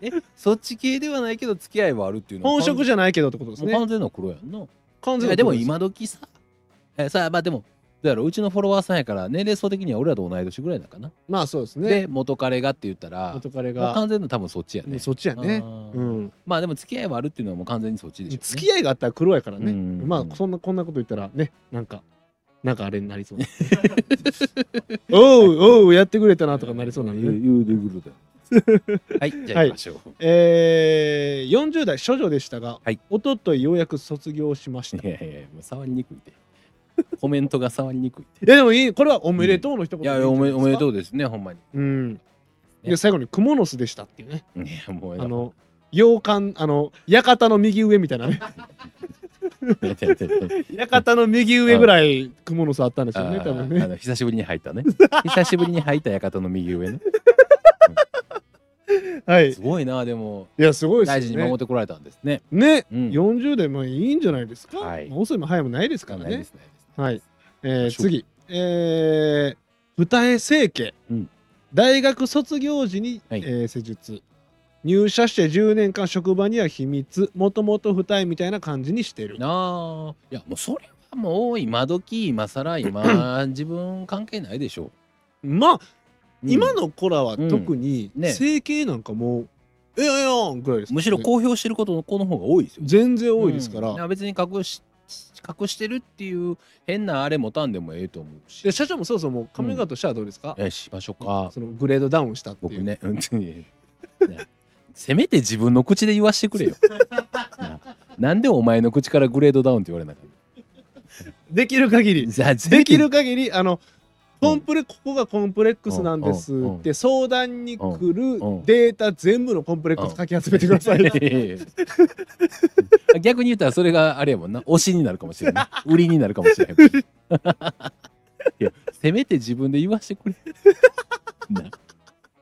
A: えそっち系ではないけど付き合いはあるっていうのは
B: 本職じゃないけどってことです
A: もう
B: ね。
A: 完全な黒やんな
B: 完
A: いや
B: な
A: でも
B: 黒す
A: 今時さえさあまあでもだからうちのフォロワーさんやから年齢層的には俺らと同い年ぐらいだかな、
B: まあそうですね。
A: で元彼がって言ったらも
B: 元彼
A: う
B: が
A: 完全の多分そっちやね
B: もうそっちやね。
A: あー
B: うん。
A: まあでも付き合いはあるっていうのはもう完全にそっちでしょうね、
B: 付き合いがあったら黒やからね、
A: うん
B: まあそんなこんなこと言ったらねなんかなんかあれになりそう おうおうやってくれたなとかなりそうなのね
A: 言う言うてくるだ はいじゃあ行きましょう、
B: えー、40代処女でしたが、
A: はい
B: おとといようやく卒業しました
A: いやいやいや、もう触りにくいって。コメントが触りにくいって。
B: えでもいいこれはおめでとうの一 言
A: いや、おめおめで
B: う
A: とうですね、ほんまに。
B: うんで最後に「クモの巣でした」っていうね
A: いや、もう、
B: あの洋館あの館の右上みたい なね
A: いやいやいやいや
B: 館の右上ぐらいクモの巣あったんですよね
A: あ
B: 多分
A: ーあ
B: ね
A: の久しぶりに入ったね。久しぶりに入った館の右 上ね。
B: はいい
A: すごいな、でも、
B: やすごいで
A: 大
B: す
A: 事
B: よ
A: に守
B: ね
A: ってこられたんですね。
B: ね
A: うん。
B: 40代もいいんじゃないですか、
A: はい
B: まあ遅いも早いもないですから
A: ないで
B: ね
A: すね。
B: はい、えー
A: そう
B: 次えー、二重整形、
A: うん
B: 大学卒業時に、
A: はい
B: えー施術入社して10年間職場には秘密もともと二重みたいな感じにしてる
A: なあ、いや、もうそれはもう今時、今更、 今、自分関係ないでしょ
B: まあ、
A: う。
B: 今
A: うん
B: の子らは特に、
A: うんね
B: 整形なんかもうええやんええやんぐらいですからね、
A: むしろ公表してることの子の方が多いですよ。
B: 全然多いですから、
A: うんいや別に隠し隠してるっていう変なあれ持たんでもええと思うし
B: で社長もそうそうもうカミングアウトしたらどうですか、
A: えしましょうか
B: そのグレードダウンしたっていう
A: 僕 ねうんいやいやねせめて自分の口で言わして くれよななんでお前の口からグレードダウンって言われなかっ
B: できる限り
A: たじゃあせめ
B: で
A: て
B: きる限りあの
A: うん
B: コンプレここがコンプレックスなんです
A: うんうん
B: って相談に来る
A: うん
B: データ全部のコンプレックスかき集めてください。
A: 逆に言ったらそれがあれやもんな推しになるかもしれ ない売りになるかもしれないいやせめて自分で言わしてくれ な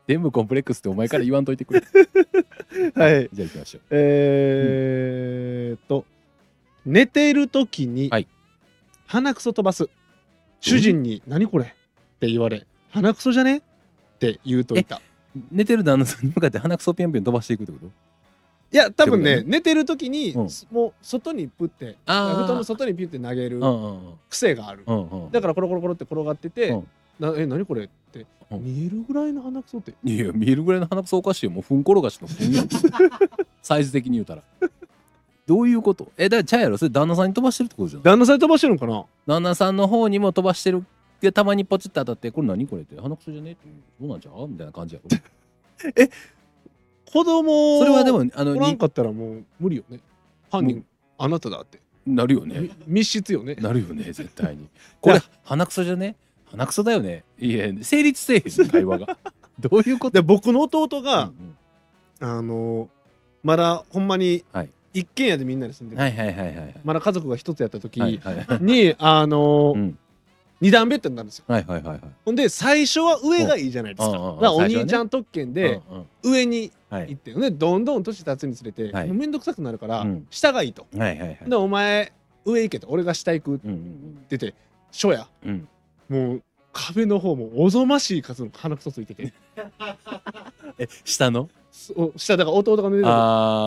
A: 全部コンプレックスってお前から言わんといてくれ
B: はい。
A: じゃあ行きましょう
B: えーっと寝ている時に
A: はい
B: 鼻くそ飛ばす主人に「何これ?」って言われ「鼻くそじゃね?」って言うといた。
A: 寝てる旦那さんに向かって鼻くそピョンピョン飛ばしていくってこと
B: いや多分
A: って
B: ね
A: こと
B: 寝てる時に
A: うん
B: もう外にプって布
A: あー
B: 団の外にピュって投げる
A: うんうん
B: 癖がある。
A: うんうんうん
B: だからコロコロコロって転がってて、
A: うん
B: なえ何これって、
A: うん
B: 見えるぐらいの鼻くそって
A: いや見えるぐらいの鼻くそおかしいよもうふん転がしのふんやん サイズ的に言うたらどういうことえだからちゃうやろそれ旦那さんに飛ばしてるってことじゃん
B: 旦那さん飛ばしてるのかな
A: 旦那さんの方にも飛ばしてるでたまにポチッと当たってこれ何これって鼻くそじゃねってどうなんちゃうみたいな感じやろ
B: 子供
A: それはでもあの
B: おらん
A: に
B: かったらもう無理よね犯人、
A: も
B: あなただって、
A: なるよね
B: み密室よね
A: なるよね絶対 にこれ鼻くそじゃね鼻くそだよねいや成立せえへん会話 がどういうこと
B: で僕の弟が
A: う、ん
B: あのーまだほんまに
A: はい
B: 一軒家でみんなで住ん
A: う
B: で
A: ん
B: る、
A: はいはいはいはいはい
B: まだ家族が一つやった時に、
A: はいはいは い
B: あのー
A: うん
B: 二段ベッドになるんですよ
A: はいはいはいはい
B: ほんで最初は上がいいじゃないです
A: う
B: か、
A: んうんうん
B: だからお
A: 最初はね
B: 兄ちゃん特権で
A: うんうん
B: 上に
A: はい
B: 行って、ね、どんどん年経つにつれて、
A: はい
B: もうめんどくさくなるから、
A: うん
B: 下がいいと。
A: はいはいはい
B: で、お前、上行けと、俺が下行くって
A: うんうん
B: 言って、書や、
A: うんうん
B: もう壁の方もおぞましい数の鼻くそついてて、
A: え下の
B: お下だから弟が寝てる時
A: あ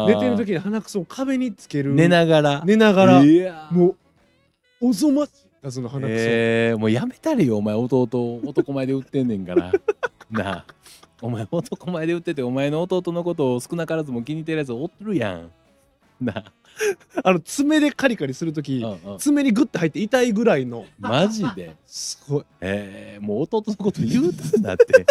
A: ー
B: 寝てる時に鼻くそを壁につける。
A: 寝ながら
B: 寝ながら、
A: いやー
B: もう、おぞましい数の鼻くそ。
A: えーもうやめたれよお前弟男前で売ってんねんから なあお前男前で売っててお前の弟のことを少なからずも気に入ってるやつおるやんなあ、
B: あの爪でカリカリする時
A: うんうん
B: 爪にグッて入って痛いぐらいの、
A: マジです
B: ごい。
A: えーもう弟のこと言うたんだって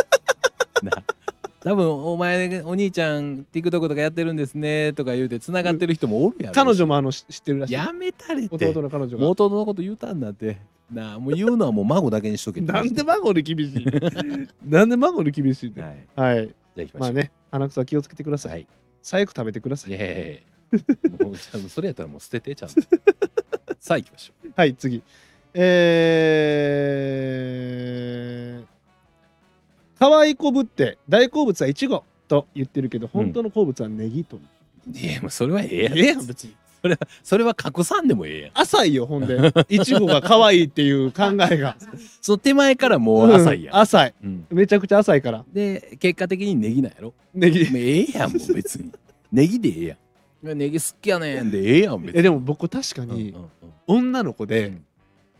A: 多分お前お兄ちゃん TikTok とかやってるんですねとか言うて繋がってる人もおるやろ
B: 彼女もあのし知ってるらしい
A: やめたれって
B: 弟の彼女が
A: 弟のこと言うたんだってなあもう言うのはもう孫だけにしとけって
B: なんで孫に厳しいなんで孫に厳しいね
A: はい
B: はい
A: じゃあ行きましょう、
B: まあね鼻くそは気をつけてください
A: はい
B: 最悪食べてくださ
A: イ
B: い
A: エーイもうちゃんとそれやったらもう捨ててち ゃんとさあ行きましょう
B: はい次えー、可愛い子ぶって大好物はいちごと言ってるけど本当の好物はネギと、
A: いやもうそれはええやん
B: ええやん別に
A: それは隠さんでもええやん
B: 浅いよほんでいちごが可愛いっていう考えが
A: その手前から もう浅いやん
B: うん、浅い
A: うん
B: めちゃくちゃ浅いから
A: で結果的にネギなんやろ
B: ネギ
A: もうええやんもう別 にネギでええやんいやネギ好きやねんでええやん別に
B: えでも僕確かに
A: うんうんうん
B: 女の子
A: う
B: で
A: ん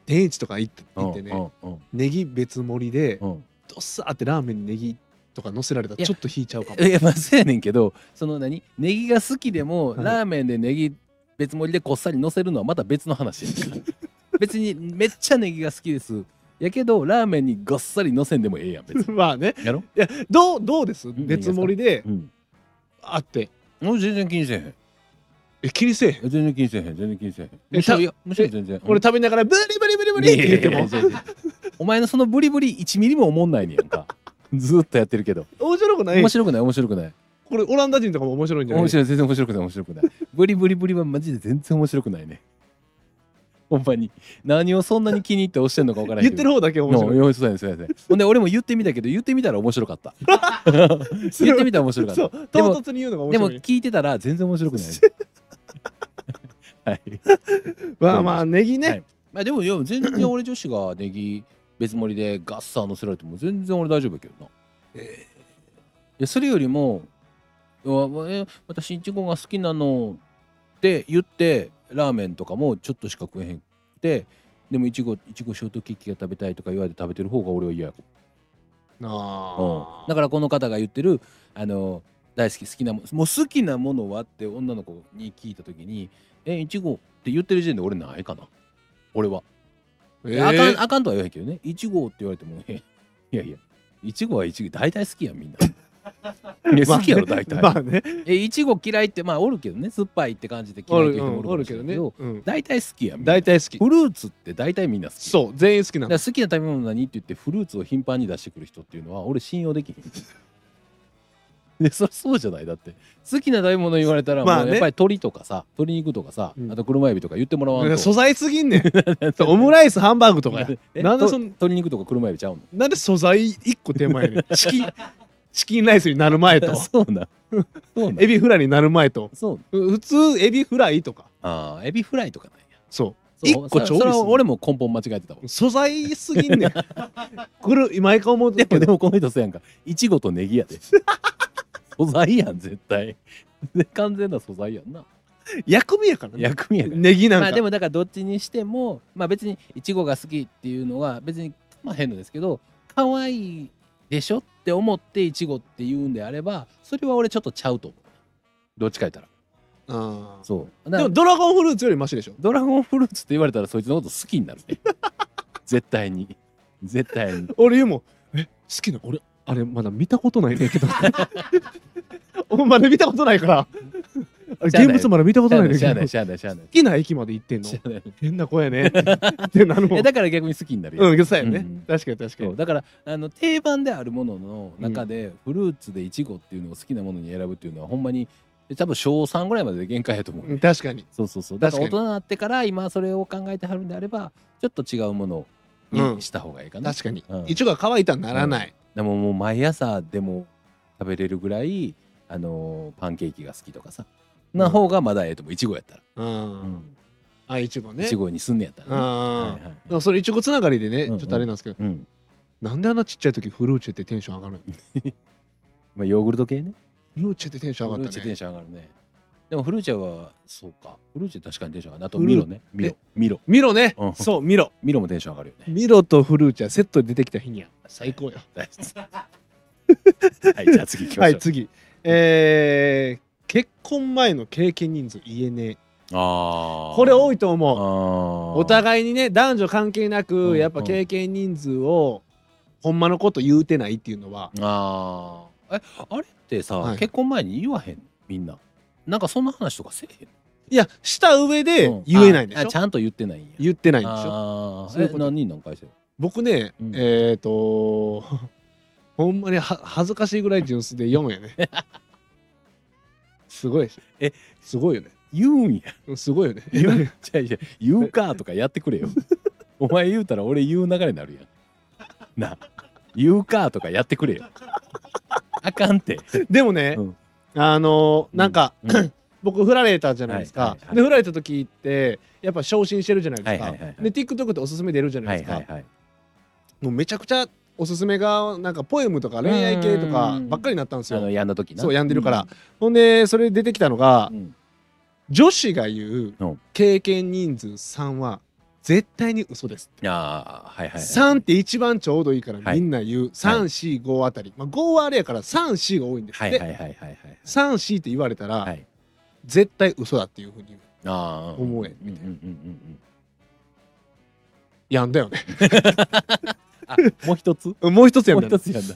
B: 天一とか行って行ってね
A: うんうん
B: ネギ別盛りで
A: うん
B: どっさーってラーメンにネギとか乗せられた
A: い
B: ら
A: や
B: ちょっと引いちゃ うかも
A: いやまあそうやねんけどその何ネギが好きでも、
B: はい
A: ラーメンでネギ別盛りでこっさり乗せるのはまた別の話やから 別にめっちゃネギが好きですやけどラーメンにごっさり乗せんでもええやん別に
B: まあね
A: やろ、
B: どうどうです
A: ん
B: 別盛りで
A: うん、
B: あって
A: 俺全然気にせえへん
B: え気にせえへ
A: 全
B: ん
A: 然気にせえへん全然気にせえへん
B: え
A: むしろ
B: た
A: いやむしろ全然
B: 俺食べながらブリブリブリブリって言って
A: いや
B: も
A: いやいやいやお前のそのブリブリ1ミリも思んないねやんかずーっとやってるけど
B: 面白くない
A: 面白くない面白くない
B: これオランダ人とかも面白いんじゃない
A: 面白い全然面白くない面白くないブリブリブリはマジで全然面白くないねほんまに何をそんなに気に入って押してんのか分からない
B: 言ってる方だけ面
A: 面
B: 白
A: 白
B: い
A: いそうやねそうやねほんで俺も言ってみたけど言ってみたら面白かった言ってみたら面白かっ
B: そ
A: た
B: う
A: でも
B: 唐突に言うのが面
A: でも
B: 白い
A: 聞いてたら全然面白 くないはい
B: まあまあネギ
A: は
B: ね
A: いまあでもいや全然俺女子がネギ別盛りでガッサー乗せられても全然俺大丈夫やけどな。いやそれよりも「うわえ私いちごが好きなの」って言ってラーメンとかもちょっとしか食えへんくてでもいちごいちごショートケーキが食べたいとか言われて食べてる方が俺は嫌や
B: あ
A: うん、だからこの方が言ってるあの大好き好きなものもう好きなものはって女の子に聞いた時に「えいちご」って言ってる時点で俺ないかな俺は。
B: え
A: あかん
B: ー
A: あかんとは言わへんけどね。いちごって言われても、 えいやいや、いちごはいちご、大体好きやん、みん な。いや好きやろ、大体。
B: まあね
A: えいちご嫌いって、まあ、おるけどね、酸っぱいって感じで嫌
B: お
A: いっ
B: る
A: て
B: う
A: 人も
B: んお
A: おる
B: る
A: か
B: け
A: もしれ
B: ど
A: んけ
B: ね
A: ど、
B: うん
A: 大体好きやん。みんな
B: 大体好き
A: フルーツって大体みんな好き。う。
B: そう全員好きな
A: だ
B: の
A: から好きな食べ物何って言って、フルーツを頻繁に出してくる人っていうのは、俺信用できへん。 でそそうじゃないだって好きな食べ物言われたら、
B: まあね
A: もうやっぱり鶏とかさ鶏肉とかさ、
B: うん
A: あと車エビとか言ってもらわん
B: うん
A: と
B: 素材すぎんねんそうオムライスハンバ ーグとかや
A: え
B: なんでそん
A: と鶏肉とか車エビちゃうの
B: なんで素材一個手前やねんチキンチキンライスになる前と
A: そうなん。そうなん。
B: エビフライになる前と
A: そうなん。
B: ふ普通エビフライとか
A: ああ、エビフライとかなんや。
B: そう
A: そう
B: 一個調理する
A: それは俺も根本間違え てたわ。
B: 素材す ぎんねんくる毎回思う
A: で
B: け
A: も、で
B: ど
A: もこの人そうやんか。いちごとネギやで。 素材やん、絶対。で 完全な素材やんな。
B: 薬味やからね
A: 薬味やから。
B: ネギなん
A: ま
B: か、
A: あでもだからどっちにしても、まあ別にいちごが好きっていうのは別に、まあ変なんですけど、可愛いでしょって思っていちごって言うんであれば、それは俺ちょっとちゃうと思う。どっちか言ったら。
B: あー
A: そう。
B: でもドラゴンフルーツよりマシでしょ
A: ドラゴンフルーツって言われたらそいつのこと好きになる ね絶対に絶対に
B: 俺言うもんえ好きな俺あれまだ見たことないね んけどお前まだ見たことないからあれ
A: しゃあない
B: 現物まだ見たこ
A: し
B: と
A: ゃあ
B: ない
A: な
B: ね
A: い
B: ん
A: しゃあ
B: け
A: な
B: ど
A: い
B: 好
A: しゃあないしゃあない
B: きな駅まで行ってんの
A: しゃあない
B: 変な子やねってなるも
A: え
B: ん
A: だから逆に好きになるよ、
B: うんそうやね、
A: うん
B: 確かに確か
A: そ
B: に
A: うだからあの定番であるものの中で、フルーツでイチゴっていうのを好きなものに選ぶっていうのはほんまにえ多分小3ぐらいまでで限界やと思う、
B: うん確かに
A: そうそうそうだから大
B: 確か
A: 人になってから今それを考えてはるんであればちょっと違うもの
B: うん
A: にした方がいいかな、
B: 確かに、
A: うん
B: 一応が乾いたらならない、
A: でももう毎朝でも食べれるぐらい、あのーパンケーキが好きとかさ、な方がまだええと思ういちごやったら、
B: うんあいちご
A: い
B: ね
A: ちごにすんねやった
B: う
A: ら、ね
B: ん、
A: はいはい
B: でもそれいちごつながりでね、
A: うんうん
B: ちょっとあれなんですけど
A: うん
B: なんであんなちっちゃい時フルーチェってテンション上がるの
A: まあ、ヨーグルト系ね
B: フルーチェってテンション
A: フ
B: 上
A: ル
B: が
A: ー
B: っ
A: チ
B: た
A: ェテ
B: ね
A: ンション上がるねでもフルーチェはそうかフルーチェ確かにテンション上がるあと
B: フル
A: ミロねミロミロ
B: ミロね、
A: うん
B: そうミロ
A: ミロもテンション上がるよね
B: ミロとフルーチェはセットで出てきた日には最高よ
A: 大好き はいじゃあ次行きま
B: は
A: しょ、
B: いう次えー、結婚前の経験人数言えねえ
A: ああ
B: これ多
A: い
B: いと
A: あ
B: 思う
A: お
B: お互いにね男女関係な
A: うんう
B: く
A: ん
B: やっぱ経験人数をほんまのこと言うてないっていうのは
A: あーえあれってさ、
B: はい
A: 結婚前に言わへんみんななんかそんな話とかせえ
B: いやした上
A: へ
B: で
A: んうん
B: 言えないんでし
A: あ
B: ょ
A: あちゃんと言ってないんや
B: 言ってないんでし
A: あ
B: ょ
A: ー
B: そういう
A: え
B: こと
A: 何人何回生
B: 僕ね、
A: うん
B: えっ、ー、と ほんまには恥ずかしいぐらい純粋で4やね すごいでしょ
A: え
B: すごいよね
A: 言うんや
B: うんすごいよね
A: 言う違う違う言うかとかやってくれよお前言うたら俺言う流れになるやんなあ言うかとかやってくれよあかんて
B: でもね、
A: うん
B: あのーなんか、
A: うん
B: 僕振られたじゃないですか、
A: はいはいはい
B: で振られた時ってやっぱ昇進してるじゃないですか、
A: はいはいはいはい
B: で TikTok っておすすめ出るじゃないですか、
A: はい
B: もうめちゃくちゃおすすめがなんかポエムとか恋愛系とかばっかりになったんです
A: あの
B: よ
A: 病んだ時な
B: そう病んでるから、ほんでそれ出てきたのが、
A: うん
B: 女子が言
A: う
B: うん経験人数3は絶対に嘘ですって、
A: いやーはいはいはい
B: 3って一番ちょうどいいから
A: はい
B: みんな言う、345あたり、まあ、5はあれやから34が多いんです
A: は
B: っ
A: い
B: て、
A: はいはいはいはいはい
B: 34って言われたら、
A: はい
B: 絶対嘘だっていうふうに
A: あー
B: 思えみ
A: うんうんうん
B: やんだよね
A: うん あもう一つ も
B: もう一つやん
A: う
B: だ
A: 一
B: よ
A: つやんだ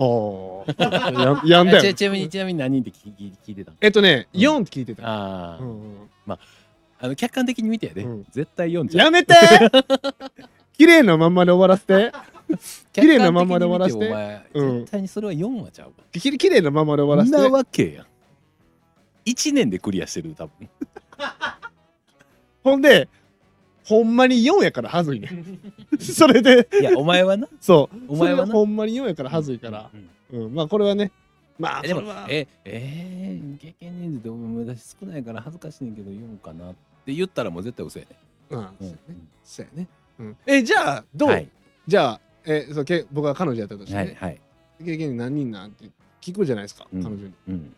B: あー ややんだよ
A: ち
B: ね
A: ちなみにちなみに何人って聞き聞いてたの
B: えっとね、
A: うん
B: 4って聞いてた、
A: あー、
B: うんうん
A: あの客観的に見てやで、
B: うん
A: 絶対読んじゃう
B: やめて 綺麗なまんまで終わらせて綺麗なまんまで終わらせて
A: 客観的に見てお
B: う
A: 前、
B: ん
A: 絶対にそれは4はちゃうわ
B: き綺麗なまんまで終わらせ
A: んな
B: て
A: わけやん1年でクリアしてる多分
B: ほんでほんまに4やからはずいね それで
A: いや お前はな
B: そう
A: お前はな
B: それほんまに4やからはずいから、
A: うんうん
B: うんまあこれはねまあ
A: えでも
B: それは
A: ええー、経験人数でも私少ないから恥ずかしいねんけど4かなって言ったらもう絶対嘘やね、
B: うん
A: う
B: そうんやねそうやね、うん、えじゃあどう、
A: はい
B: じゃあえそうけ僕が彼女やったとして、ね
A: はいはい、
B: 経験人何人なんて聞くじゃないですか、
A: うん
B: 彼女に。
A: うん、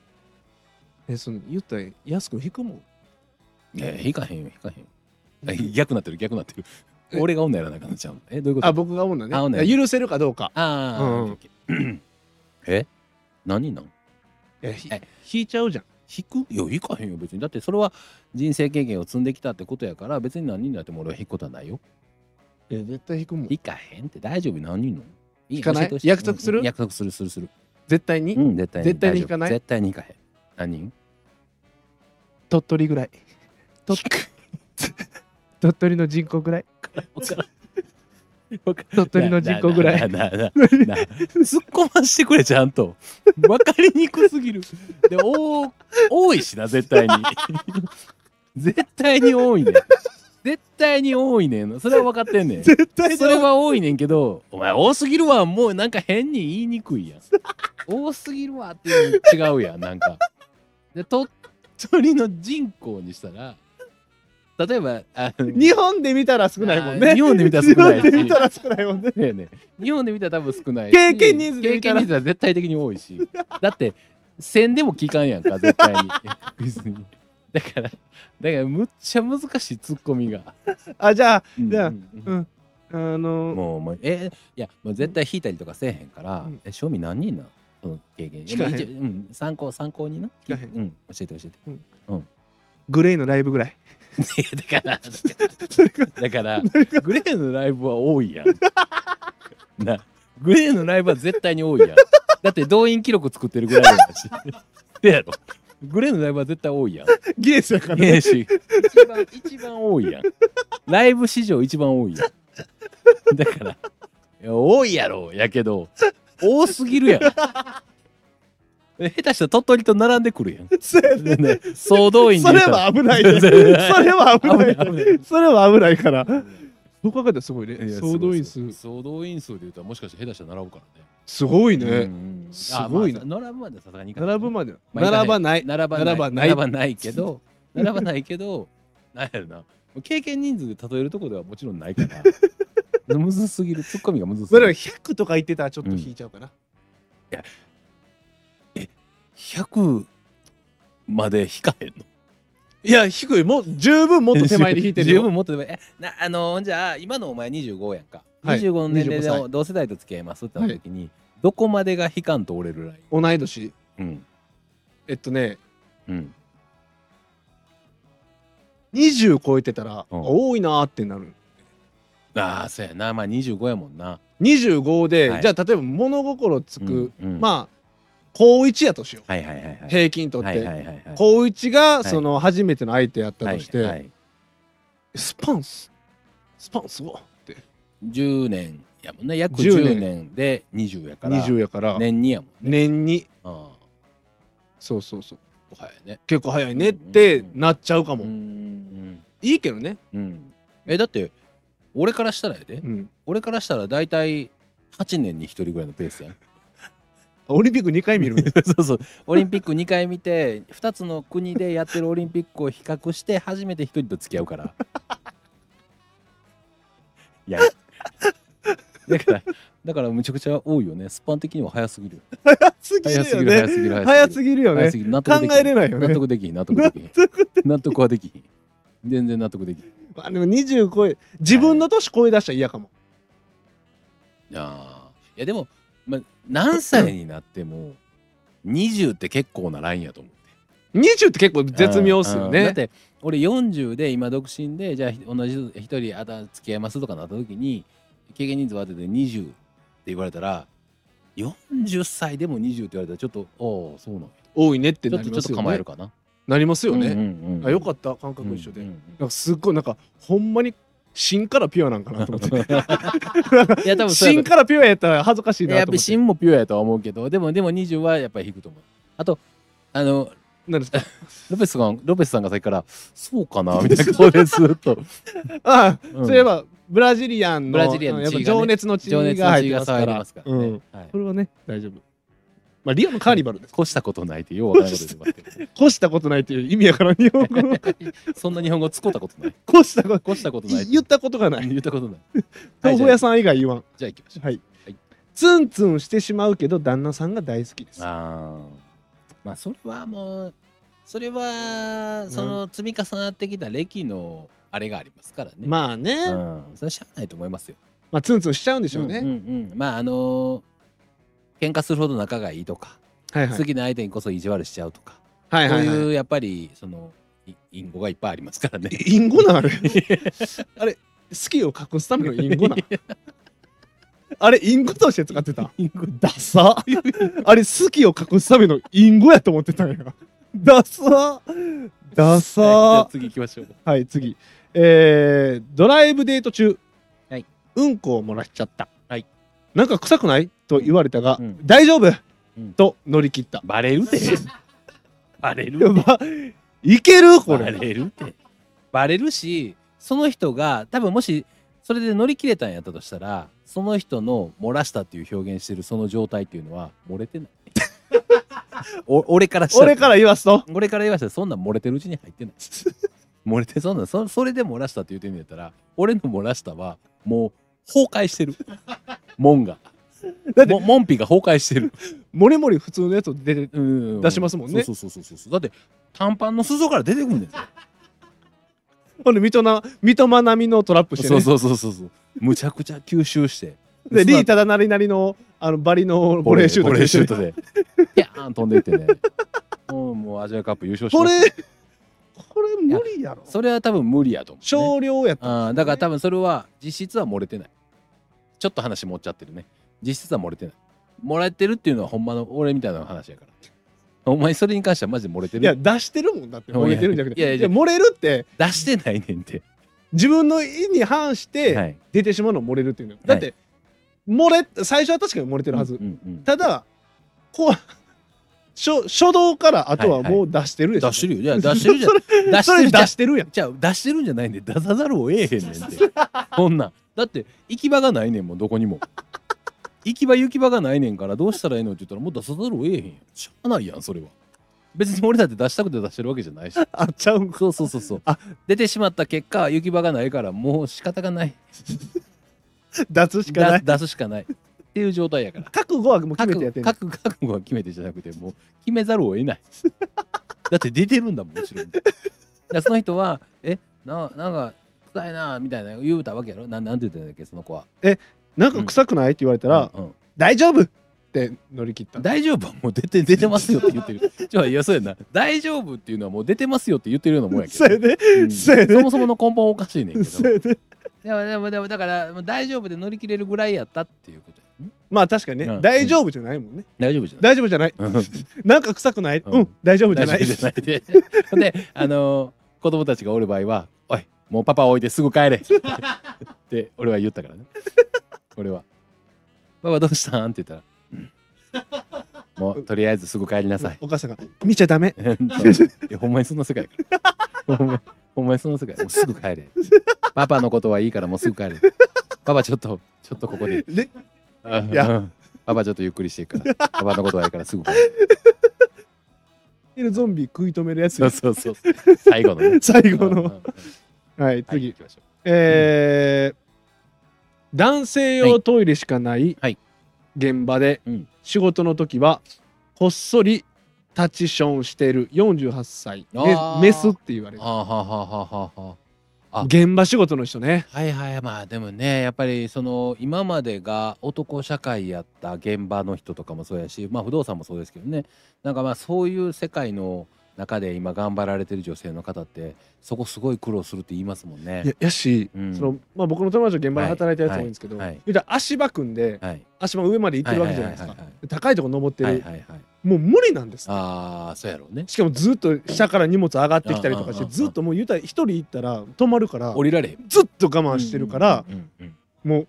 B: え、その言ったら安く引くもん。
A: いや引かへんよ引かへんよあ 逆なってる逆なってる俺が女やらなあかんのちゃうのえどういうこと
B: あ、僕が女ね。
A: あ女ね
B: いや許せるかどうか。
A: あ
B: うん
A: ー
B: うん
A: オッケーオッケー え何なん
B: え、ひ
A: え
B: 引いちゃうじゃん。
A: 引くいや引かへんよ別にだってそれは人生経験を積んできたってことやから別に何人になっても俺は引くことはないよ
B: え、絶対引くもん。
A: 引かへんって大丈夫何人の
B: 引かない
A: 教えてほしい
B: 約束する
A: うん約束するするする
B: 絶対に、
A: うん絶対に
B: 絶対
A: 大丈夫
B: に引かない
A: 絶対に引かへん何人
B: 鳥取ぐらい。と
A: 引く
B: 鳥取の人口ぐらい。
A: わからん
B: 鳥取の人口ぐらい。
A: なあなあなあなあなあ突っ込ましてくれちゃんと分かりにくすぎるでお多いしな絶対に絶対に多いねん絶対に多いねんそれは分かってんねんそ
B: 絶対
A: れは多いねんけどお前多すぎるわもうなんか変に言いにくいやん 多すぎるわっていうの違うやんなんかで鳥取の人口にしたら例えばあの
B: 日本で見たら少ないもん
A: あ
B: ね。
A: ー日本で見たら少ないし
B: 日本で見たら少ないもんね。
A: だよね。日本で見たら多分少ないし。
B: 経験人数で
A: 経
B: 見た
A: 験
B: ら
A: 人数は絶対的に多いし。だって、1000でも聞かんやんか、絶対 に。別に。だから、だから、むっちゃ難しいツッコミが。
B: あ、じゃあ、
A: うん
B: じゃあ
A: うん
B: うんあの
A: もう、もうえ、いや、もう絶対引いたりとかせえへんから、
B: うん
A: え、賞味何人なんその経験。
B: 聞かへん
A: いや一応うん、参考、参考にな。
B: 聞かへん
A: うん、教えて 教えて。
B: グレイのライブぐらい。
A: いやだ から、だから、グレーのライブは多いやん。な、グレーのライブは絶対に多いやん。だって動員記録作ってるぐらいや し。でやろ。グレーのライブは絶対多いやん。
B: ギネスやから
A: い
B: ね。
A: やし、一番、一番多いやん。ライブ史上一番多いやん。だから、いや多いやろ、やけど、多すぎるやん。え下手したら鳥取と並んでくるやん。
B: そうやね
A: ね総動員で
B: そ
A: 言
B: れ
A: うたら
B: は危ないね。それは危ない
A: 危ない危な
B: ね。それは危ないから。そう考えたらすごいね。総動員数。
A: 総動員数で言うともしかして下手したら並ぶからね。
B: すごい
A: うん
B: ね。
A: うん
B: すごいな
A: あまあ並ぶまではさすがにいかない
B: 並ぶまで。
A: まあいかへん
B: 並ばない。
A: 並ば
B: 並ばない
A: 並ばないけど、並ばないけど、 なんやろな。もう経験人数で例えるとこではもちろんないから。 むずすぎる。ツッコミがむずす
B: そ
A: ぎ
B: れは
A: る。
B: 100とか言ってたらちょっと引いちゃうかな。
A: 100まで引かへんの。
B: いや、低い。もう十分もっと手前で引いてる
A: 十
B: よ。
A: 分もっと手前えなあのーじゃあ今のお前25やんか、
B: はい
A: 25の年齢
B: 25
A: で同世代と付き合いますってなった時に、どこまでが引かんと折れるライン
B: 同い年。
A: うん
B: えっとね、
A: うん
B: 20超えてたら、
A: うん
B: 多いなーってなる。
A: ああそうやなまあ25やもんな
B: 25で、
A: はい
B: じゃあ例えば物心つく、
A: うんうん
B: まあ高1やとしよう
A: はいはいはいはい。
B: 平均とっ
A: はいは
B: て
A: いはいはい。
B: 高1が
A: い
B: その初めての相手やった
A: はい
B: とし
A: は
B: て
A: い
B: 「スパンススパンスは?」って
A: 10年やもんね。約
B: 10
A: 10年で20やから。
B: 20やから
A: 年にやもんね。
B: 年に
A: あ
B: そうそうそう
A: あ。早いね。
B: 結構早いねってなっちゃうか
A: う
B: も
A: ん。
B: いいけどね
A: うん。え、だって、俺からしたらやで
B: う。ん
A: 俺からしたら大体8年に1人ぐらいのペースやん。
B: オリンピック2回見るね
A: そうそうオリンピック2回見て2つの国でやってるオリンピックを比較して初めて一人と付き合う からいやだからだからむちゃくちゃ多いよねスパン的には早すぎる
B: すぎる
A: 早すぎる
B: よ
A: 早
B: ね
A: すぎる
B: 早すぎるよね
A: 早すぎる納
B: 考
A: 得でき
B: えれないよ
A: 納
B: ね
A: 得できひん納得できひん納得はできひん全然納得できひん
B: まあでも20超え自分の年超え出したら嫌かも
A: あーいやでも、ま、何歳になっても20って結構なラインやと思う
B: 20って結構絶妙っすよ
A: うんうんだっ
B: ね
A: て俺40で今独身でじゃあひ同じ一人あた付き合いますとかなった時に経験人数を当てて20って言われたら40歳でも20って言われたらちょっとああそうなんや
B: 多いねって
A: ちょ
B: な
A: っと
B: り
A: ち
B: ま
A: ょっ
B: す
A: と
B: よ
A: 構え
B: ね
A: るかな。
B: なりますよねあよか
A: っ
B: った感覚一緒で
A: い
B: なんかすっごいなんかほんまに芯からピュアなんかなと思って
A: や 多分そうや
B: 芯
A: と
B: からピュアやったら恥ずかしい
A: いやや
B: な
A: っぱり
B: と思って
A: 芯もピュアやとは思うけどでもでも20はやっぱり引くと思う。あとあの
B: なんですか
A: ロペスさんロペスさんがさっきから「そうかな」みたいな顔でずっと。
B: あ
A: うん
B: あそういえばブラジリアンの
A: ブラジリアンの
B: やっぱ
A: 血がね
B: 情熱の 血
A: 情熱
B: が
A: の
B: 入っ
A: 血が
B: てますか
A: 騒いで
B: ら
A: ますから
B: う
A: ね
B: ん。
A: はい
B: これはね大丈夫まあリオのカーニバルです
A: 越したことないってようわからないこと言ってますけ
B: 越したことないという意味やから日本語の
A: どそんな日本語使ったことない
B: 越したこと
A: 越した ことない
B: 言ったことがな い
A: 言ったことない
B: 豆腐屋さん以外言わん
A: じゃあ行きましょ
B: はい
A: はい
B: ツンツンしてしまうけど旦那さんが大好きです
A: うあーまあそれはもうそれはその積み重なってきた歴のあれがありますからね
B: まあね
A: あうんそれはしゃあないと思いますよ
B: まあツンツンしちゃうんでしょうね
A: うんうんうんまああのー喧嘩するほど仲がいいとか、
B: はいはい
A: 好きな相手にこそ意地悪しちゃうとか、
B: はいはい
A: そう
B: はい
A: いうやっぱりそのい隠語がいっぱいありますからね
B: 隠語なんあれ あれ好きを隠すための隠語なん あれ隠語として使ってた
A: 隠語
B: ダサ あれ好きを隠すための隠語やと思ってたんやダサダ
A: はいじゃあ
B: サ
A: 次行きましょう
B: はい次えー、ドライブデート中、
A: はい
B: うんこを漏らしちゃった、
A: はい
B: なんか臭くないと言われたが、
A: うん
B: 大丈夫、
A: うん
B: と乗り切った
A: バレるでバレる
B: やばいけるこ
A: バ
B: れ
A: レるってバレるしその人が多分もしそれで乗り切れたんやったとしたらその人の漏らしたっていう表現してるその状態っていうのは漏れてない お 俺からした
B: 俺から言わすと
A: 俺から言わせたらそんなん漏れてるうちに入 ってない漏れてそんなんそそれで漏らしたって言ってんのやったら俺の漏らしたはもう崩壊してる門が
B: だって
A: も門扉が崩壊してる
B: もれもれ普通のやつ出て
A: うん
B: 出しますもんね
A: そうそうそうそうそうだって短パンの裾から出てくんねん
B: ほんで、三笘、三笘並みのトラップして
A: そ
B: ね。
A: うそうそうそうそうむちゃくちゃ吸収して
B: で、リー
A: タ
B: タだなりなりの、あの、バリのボレーシュート。
A: ボレーシュートでピャーン飛んでいってねもうもうアジアカップ優勝し
B: こ
A: まし
B: れ、これ無理やろ。
A: それは多分無理やと思う、ね
B: 少量やった。
A: あーだから多分それは実質は漏れてないちょっと話持っちゃってるね実質は漏れてない漏れてるっていうのはほんまの俺みたいな話やからお前それに関してはマジで漏れて
B: いや、
A: る
B: 出してるもんだって、
A: うん
B: 漏れてるんじゃなくて。
A: いやいやいや
B: 漏れるって、
A: 出してないねんて、
B: 自分の意に反し
A: は
B: て、
A: い、
B: 出てしまうの漏れるっていうのよ。だって、漏れ、最初は確かに漏れてるはず
A: うん。うんうん
B: ただ、こう、初初動から、あとはもう出してるでしょ。
A: 出してるよいや出してるじゃん 出 して
B: それ
A: るじゃん
B: 出してるやん。
A: じゃあ出してるんじゃないんで出さざるを得えへんねんってこんなんだって行き場がないねんもんどこに も行き場行き場がないねんからどうしたらええのって言ったらもう出さざるを得えへんやんしゃあないやんそれは別に俺だって出したくて出してるわけじゃないし
B: あっちゃうんか
A: そうそうそうそう
B: あ
A: 出てしまった結果行き場がないからもう仕方がない
B: 出すしかない。
A: だ出すしかないっていう状態やから
B: 覚悟はもう決め
A: 覚
B: てやって
A: 悟
B: んねん
A: 覚覚悟は決めてじゃなくてもう決めざるを得ない だって出てるんだもん後ろにだからその人は「えななんか臭いな」みたいな言うたわけやろなんなんて言ってたんだっけその子は
B: なんか臭くないって言われたら、
A: うんう
B: 大丈夫って乗り切った
A: ん大丈夫はもう出て出てますよって言って るちょいやそうやな大丈夫っていうのはもう出てますよって言ってるような もんやけど
B: それで
A: うん
B: そうやね
A: そもそもの根本おかしいねんけど
B: それで
A: でもでもでもだからもう大丈夫で乗り切れるぐらいやったっていうことやん
B: まあ確かにね、
A: うん
B: 大丈夫じゃないもんね。
A: 大丈夫じゃない
B: 大丈夫じゃない。
A: うん
B: なんか臭くない、
A: う
B: うんん、大丈夫じゃ
A: 大
B: な
A: 丈夫。
B: い
A: じゃないでほんであのー子供たちがおる場合は「おいもうパパ置いてすぐ帰れ」って俺は言ったからね俺は「パパどうしたん?」って言ったら うん「もうとりあえずすぐ帰りなさい」
B: お母さんが見ちゃダメ。
A: えっといやほんまにそんな世界やから。ほんまほんまにそんな世界。もうすぐ帰れ。パパのことはいいからもうすぐ帰れ。パパちょっと、ちょっとここで。
B: で
A: うん
B: いや
A: うんパパちょっとゆっくりしてい くから。パパのことはいいからすぐ帰れ。
B: いるゾンビ食い止めるやつ
A: そう。そうそう。最後のね。
B: 最後
A: うんうんう
B: の。
A: ん
B: は
A: は
B: い、
A: い
B: 次。
A: 行きましょ
B: えー男性用トイレしかない
A: はい
B: 現場で
A: うん
B: 仕事の時はこっそりタチションしてる48歳
A: あー
B: メメスって言われ
A: う
B: る
A: はあはあはあはあはあ。あ
B: 現場仕事の人ね
A: はいはいまあでもねやっぱりその今までが男社会やった現場の人とかもそうやしまあ不動産もそうですけどねなんかまあそういう世界の中で今頑張られてる女性の方ってそこすごい苦労するって言いますもんね
B: いや。やし、
A: うん
B: そのまあ、僕の友達は現場で働いてるやつ多いんですけど、
A: はいはい
B: 言うたら足場組んで
A: はい
B: 足場上まで行ってるわけじゃないですか、
A: はいはいはい
B: で高いとこ登ってる、
A: はいはいはい、
B: もう無理なんです
A: ああそうやろうね。
B: しかもずっと下から荷物上がってきたりとか
A: うん
B: し
A: うんうん
B: て
A: うん
B: ずっともう言うたら一人行ったら止まるから
A: 降りられへん。
B: ずっと我慢してるから、
A: うんうん
B: もう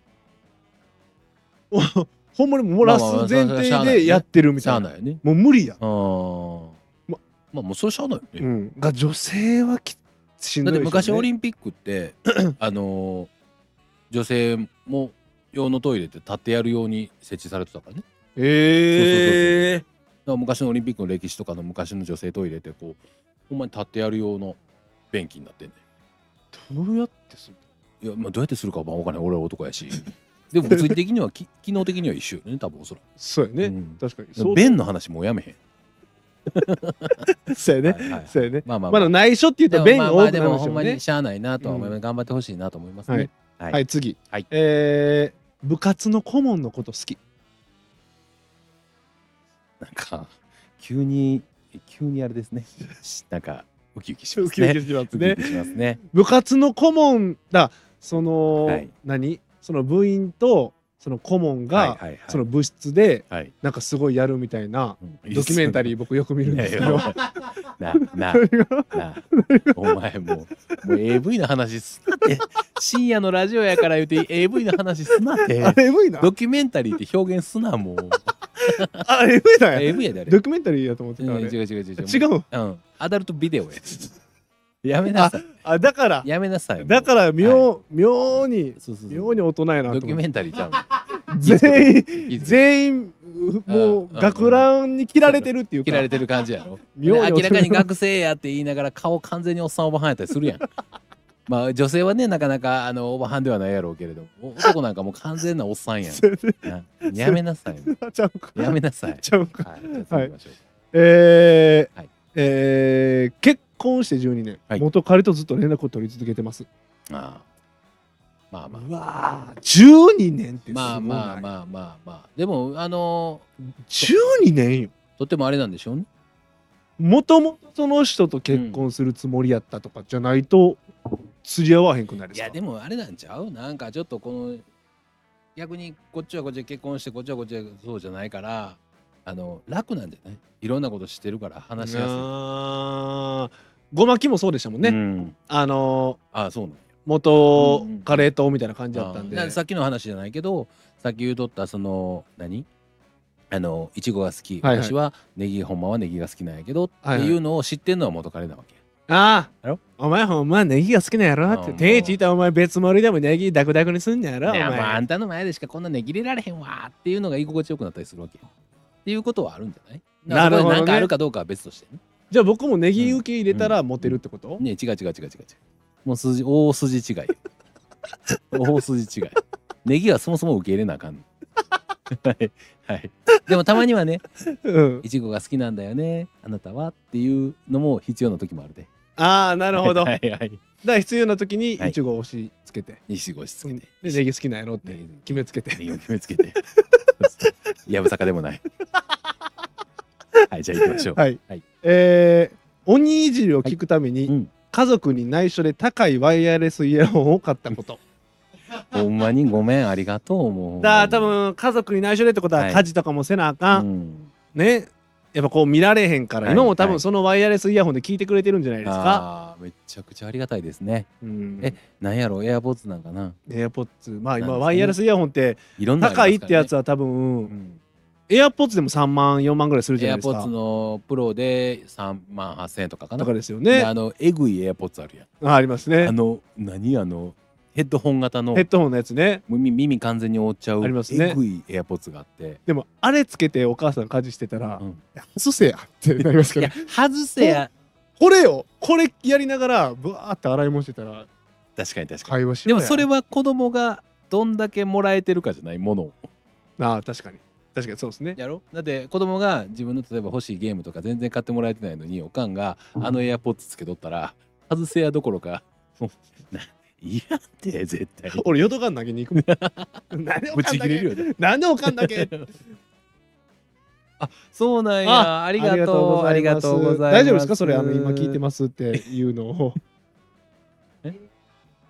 B: お ほんまに漏らす前提でやってる
A: うん、
B: み
A: しゃ
B: た
A: あ
B: いな
A: ないよね。
B: もう無理や、
A: あーままあもうそれしゃあないよね。
B: うん、が女性はきしんど
A: だ
B: い
A: って昔オ
B: り
A: リンピックって あのー女性も用のトイレって立ってやるように設置されてたからねだか
B: えー、
A: ら昔のオリンピックの歴史とかの昔の女性トイレってこうほんまに立ってやる用の便器になってんね
B: どうやってする
A: んいや、まあ、どうやってするかは分からない俺は男 やしでも物理的にはき機能的には一緒よね多分おそら
B: そうやね、
A: く、うん
B: 確かにそう
A: 便の話もうやめへん
B: そうやね、
A: はいはい
B: そうやね
A: まあまあ
B: まだ内緒って言ったら便が多く
A: で
B: なる
A: もまあまあでもほん
B: でしょう
A: まに
B: ね
A: しゃあないなとは思います、頑張ってほしいなと思いますね、
B: はい
A: はい
B: はい次、
A: はい
B: えー部活の顧問のこと好き
A: なんか急に急にあれですね。しなんかウキウキし
B: ウ
A: ます
B: キウ
A: ね
B: キ。します
A: ウキウ
B: ね
A: キしますね。
B: 部活の顧問だその、
A: はい
B: 何その部員とその顧問が、
A: はいはいはい。
B: その部室で
A: はい。
B: なんかすごいやるみたいなドキュメンタリー
A: ー
B: 僕よく見るんですけど。
A: なななお前もうもう AV の話すなって深夜のラジオやから言うて AV の話すなって
B: あれ AV な
A: ドキュメンタリーって表現すなもう
B: あれ AV だよ
A: AV やであれ
B: ドキュメンタリーだと思って
A: うん
B: たあ
A: 違
B: れ
A: う違う違う違う
B: 違う
A: うんアダルトビデオややめなさい
B: あだから
A: やめなさいもう
B: だから妙妙に
A: そうそうそう
B: 妙に大人やな
A: ド
B: と
A: キュ
B: 思っ
A: メ
B: て
A: ンタリーちゃう
B: 全員
A: 員
B: 全員もう学ランに切られてるっていう
A: 切
B: から
A: れてる感じやろ。
B: 妙に
A: 明らかに学生やって言いながら顔完全におっさんおばはんやったりする やん。まあ女性はねなかなかあのおばはんではないやろうけれども男なんかもう完 全なおっさんやん。うんやめなさい。
B: ちゃうか
A: やめな さい。
B: ちゃうか
A: はい、じゃあ次行きましょう
B: えー
A: はい
B: えー結婚して12年、
A: はい
B: 元彼とずっと連絡を取り続けてます。
A: ああまあまあ
B: うわー12年ってすごい
A: まあまあ
B: な
A: まあまあまあでもあの
B: 12年よ。
A: とてもあれなんでしょうね。
B: もともとその人と結婚するつもりやったとかじゃないと釣り合わへんくないで
A: い
B: すか
A: やでもあれなんちゃうなんかちょっとこの逆にこっちはこっちで結婚してこっちはこっちでそうじゃないからあの楽なんじゃないいろんなこと知ってるから話しやすい。
B: あーごまきもそうでしたもんね、
A: うん
B: あのー
A: あそうなんや
B: 元カレーとみたいな感じだったんで、
A: あーなさっきの話じゃないけどさっき言うとったその何あのいちごが好き、
B: はいはい
A: 私はネギほんまはネギが好きなんやけどって
B: はいはい
A: いうのを知ってんのは元彼なわけ。
B: あ
A: やろ
B: あお前ほんまネギが好きなんやろっ
A: う
B: て
A: ん
B: 定位置いたらお前別盛りでもネギダクダクにすんやろお
A: いやもうあ
B: 前
A: んたの前でしかこんなネギ入れられへんわっていうのが居心地よくなったりするわけよ。っていうことはあるんじゃない
B: なるほどね
A: なんかあるかどうかは別としてね。
B: じゃあ僕もネギ受け入れたらモテるってこと、
A: ね違う違う違う違う違うもう筋大筋違い 大筋違いネギはそもそも受け入れなあかんのはいはいでもたまにはね
B: うん、
A: いちごが好きなんだよねあなたはっていうのも必要な時もあるで
B: ああなるほどだ
A: は
B: か
A: いはい
B: ら必要な時に
A: はい
B: いちごを押し付けて、
A: いちごしつけて、
B: でネギ好きなんやろって
A: ね
B: 決めつけて
A: ネギを決めつけて やぶさかでもないはいじゃあ行きましょう、
B: はい、
A: はい
B: えー鬼いじりを聞くために、
A: うん
B: 家族に内緒で高いワイヤレスイヤホンを買ったこと
A: ほんまにごめん、ありがとう、もう。
B: だから多分家族に内緒でってことは
A: はい
B: 家事とかもせなあかん、
A: うん
B: ねやっぱこう見られへんから、
A: はい
B: 今も多
A: は
B: 分
A: い
B: そのワイヤレスイヤホンで聞いてくれてるんじゃないです
A: あ
B: か、
A: ーめちゃくちゃありがたいですね。
B: うん、
A: えなんやろ、エアボーズなんかな。
B: エアポッツま
A: な
B: あ
A: んです
B: 今
A: ね
B: ワイヤレスイヤホンって
A: いろんなのあ
B: 高い
A: り
B: っ
A: ます
B: て
A: から
B: や
A: ね
B: つは多分、うん
A: うん
B: エアポッツでも3万4万ぐらいするじゃ
A: エア
B: ないで
A: ポ
B: す
A: ッ
B: か
A: ツのプロで3万8000円とかかな
B: とか。ですよ
A: で
B: ね
A: あの、えぐいエアポッツあるやん。
B: ああります
A: あ
B: ね
A: の、何あの、ヘッドホン型の
B: ヘッドホンのやつね
A: 耳耳完全に覆っちゃう
B: ありますね
A: えぐいエアポッツがあって。
B: でもあれつけてお母さん家事してたら
A: うん
B: 「いや外せや」ってなります
A: い
B: けど
A: や、外せや。
B: これよこれやりながらブワーって洗い物してたら
A: 確かに確かに。
B: 会話し
A: で
B: よう
A: も
B: や
A: それは子供がどんだけもらえてるかじゃないものを。
B: ああ確かに確かにそうですね
A: やろだって子供が自分の例えば欲しいゲームとか全然買ってもらえてないのにおかんがあのエアポッツつけとったら外せやどころかもう ないやって絶 対
B: 俺ヨドカン投げに行く もんなんでお
A: ぶ
B: かん
A: ち
B: だ
A: 切れ
B: け
A: るよね。
B: なんでおかんだけ
A: そうなんや あ
B: あ
A: りがとうありがとうございます。
B: 大丈夫ですかそれあの今聞いて
A: ます。
B: ますっていうの を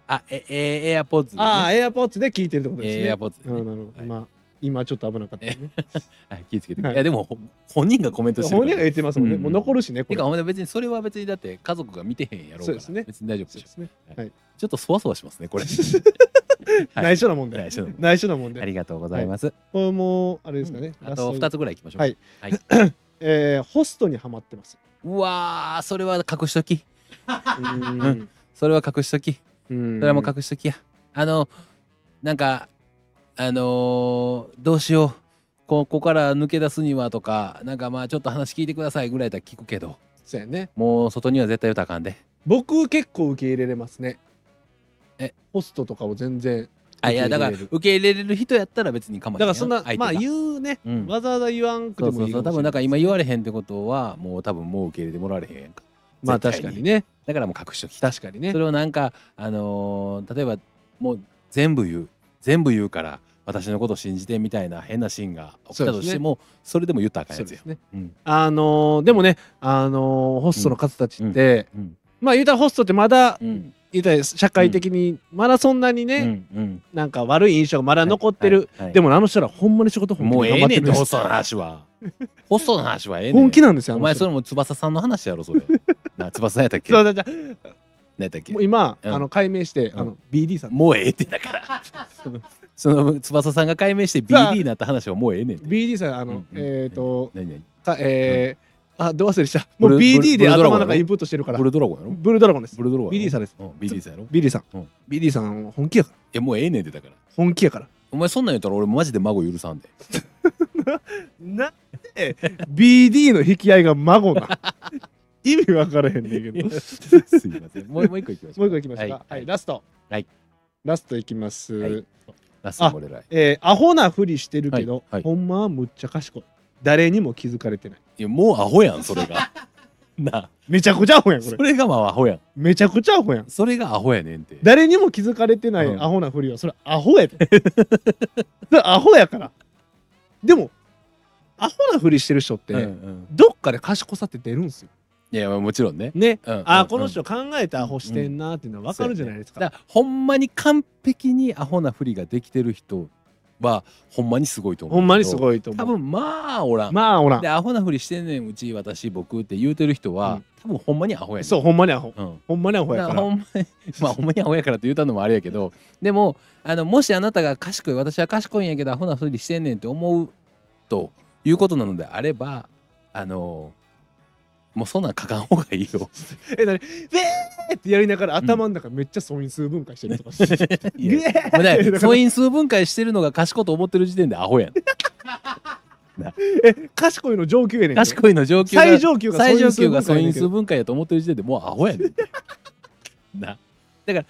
A: あええエアポッツ、ね。
B: ああ エアポッツで聞いてるってことですね
A: エアポッツ、
B: なるほどなるほど、
A: はい
B: まあ今ちょっと危なかったね。
A: はい、気ぃつけて。
B: はい
A: い、やでもほ本人がコメントしてるか
B: 本
A: ら
B: 人が言ってますもんね。
A: うん
B: もう残るしね、こ
A: て
B: れ。
A: か
B: そ
A: ほんで別にそれは別にだって家族が見てへんやろうから
B: そうですね
A: 別に大丈夫
B: う
A: でしょ
B: ですね。
A: ちょっとそわそわしますね これはい
B: 内緒なもんで
A: 内。緒の
B: 内緒なもんで。
A: ありがとうございます、
B: これもあれですかね。
A: あと
B: ラ
A: 2
B: スト
A: つぐらいいきましょう、
B: はいえーホストにハマっ てます。
A: うわーそれは隠しとき
B: うん。
A: それは隠しときそ
B: そ
A: れはもう隠しときや、あのなんかあのーどうしようここから抜け出すにはとかなんかまあちょっと話聞いてくださいぐらいだったら聞くけど
B: そうやね。
A: もう外には絶対言うたらあかんで
B: 僕結構受け入れれますね。
A: え、
B: ホストとかを全然。
A: あいやだから
B: 受け入
A: 受け入れ
B: れれる
A: れる人やったら別に構
B: だ
A: わ
B: か
A: へんや
B: らそんな
A: 相手が
B: まあ言うね。
A: うん
B: わざわざ言わんく
A: そ
B: て
A: うそ
B: も
A: う
B: いい
A: そ
B: か
A: う多
B: もしれ
A: 分
B: な
A: ないんか今言われへんってことはもう多分もう受け入れてもらわれへんやんか
B: まあ
A: 絶
B: 確
A: 対
B: かにね。
A: だからもう隠しとき
B: 確かにね
A: そ。れをなんかあのー例えばもう全部言う全部言うから私のこと信じてみたいな変なシーンが起きたとしてもそ,、れでも言ったらあかん
B: そ
A: や
B: う
A: つ
B: で
A: よ
B: す、ね。
A: うん
B: あのーでもね、あのーホストの方たちって、
A: うん
B: まあ言うたらホストってまだ
A: うん
B: 言うたら社会的にまだそんなにね、
A: うん
B: なんか悪い印象がまだ残ってる、
A: はいはい
B: でもあの人らほんまに仕事本
A: もう
B: 気で
A: え
B: 頑張
A: え
B: って
A: ねん
B: るん
A: って
B: で
A: ホ
B: す
A: ストの話 はホストの話はええねん
B: 本気なんですよ
A: お前そ
B: そ
A: れも翼さんの話やろそ れな翼さんやったっけ
B: そ
A: 何
B: うだじゃ
A: やったっけ
B: もう今、
A: うん
B: あの解明して、
A: うん
B: あの BD さん
A: もうええってだ からその翼さんが解明して BD になった話はもうええねんって
B: BD さんあの、
A: うん
B: えっ、ー、と、
A: 何何
B: かえーあど忘れしたもう
A: ブル
B: BD
A: ブ
B: で
A: ルドラ
B: 頭
A: ゴ
B: の
A: ンやろ
B: 中インプットしてるから
A: ブルドラゴンやろ
B: ブルドラゴンです
A: ブルドラゴンやろ
B: BD さんです
A: うん BD さんやろ
B: BD さん、
A: うん
B: BD さん本気やから
A: いやもうええねんってだから
B: 本気やから
A: お前そんなん言ったら俺マジで孫許さんで
B: なんで BD の引き合いが孫な意味分からへんねんけど
A: すいませんもうもう一個いきましょ
B: もう
A: う
B: 一個いきましょうか。はい、
A: はい
B: ラスト。
A: はい。
B: ラストいきます。
A: はいラストこれらい
B: えーアホなふりしてるけど、
A: はいはい
B: ほんまはむっちゃ賢い。誰にも気づかれてない。
A: いやもうアホやんそれ がなあ
B: めちゃくちゃアホやん、こ
A: そ
B: れ。
A: れがまあアホやん
B: めちゃくちゃアホやん。
A: それがアホやねんって
B: 誰にも気づかれてない
A: うん
B: アホなふりは、それアホやで。 それアホやから。でも、アホなふりしてる人って、
A: うんうん
B: どっかで賢さって出るんすよ。
A: いやもちろんね
B: ね。
A: うん
B: あ
A: う
B: ー
A: ん
B: この人
A: うん
B: 考えてアホしてんなーっていうのは分かるじゃないですか。
A: だからほんまに完璧にアホなふりができてる人はほんまにすごいと思う
B: ほんまにす
A: い
B: ごいと
A: 多
B: 思う。
A: 分まあおらん
B: まあ、ほら
A: で。アホなふりしてんねんうち私僕って言うてる人は、
B: うん
A: 多分ほんまにアホやねん
B: そう、ほんまにアホ。
A: うん
B: ほんまにアホや
A: だ
B: か
A: からら。ほんまに まあほんまにアホやからって言うたのもあれやけどでもあのもしあなたが賢い私は賢いんやけどアホなふりしてんねんって思うということなのであればあのもうそんなん書かん方がいい よ。
B: え、なに、ウェーってやりながら頭の中めっちゃ素因数分解してるとかし て。
A: いやもうだから素因数分解してるのが賢いと思ってる時点でアホや ん。
B: え、賢いの上級やねんけど。
A: 賢いの上級が
B: 最上級が
A: 最上級が素
B: 素因
A: 因
B: 数
A: 数
B: 分
A: 分解やと思ってる時点でもうアホやねんて なだからだか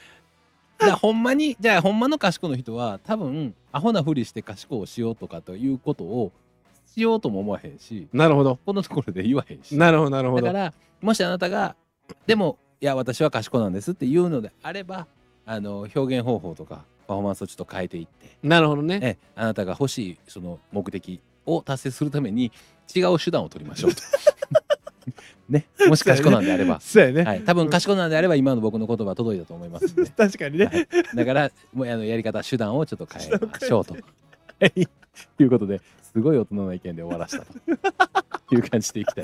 A: らほんまにじゃあほんまの賢いの人は多分アホなふりして賢いをしようとかということをしようとも思わへんし
B: 解。なるほど。
A: このところで言わへんしだ
B: なるほど、なるほ
A: か
B: ど。
A: らもしあなたがでもいや私は賢いなんですって言うのであればあの表現方法とかパフォーマンスをちょっと変えていって
B: なるほどね。。
A: ええあなたが欲しいその目的を達成するために違う手段を取りましょうと。ね、もし賢なんであれば
B: そうやね、
A: はい、多分賢なんであれば今の僕の言葉届いたと思いますんで
B: 確かにね、
A: はいだからもうあのやり方手段をちょっと変えましょうと。はいということですごい大人の意見で終わらしたという感じでいきたい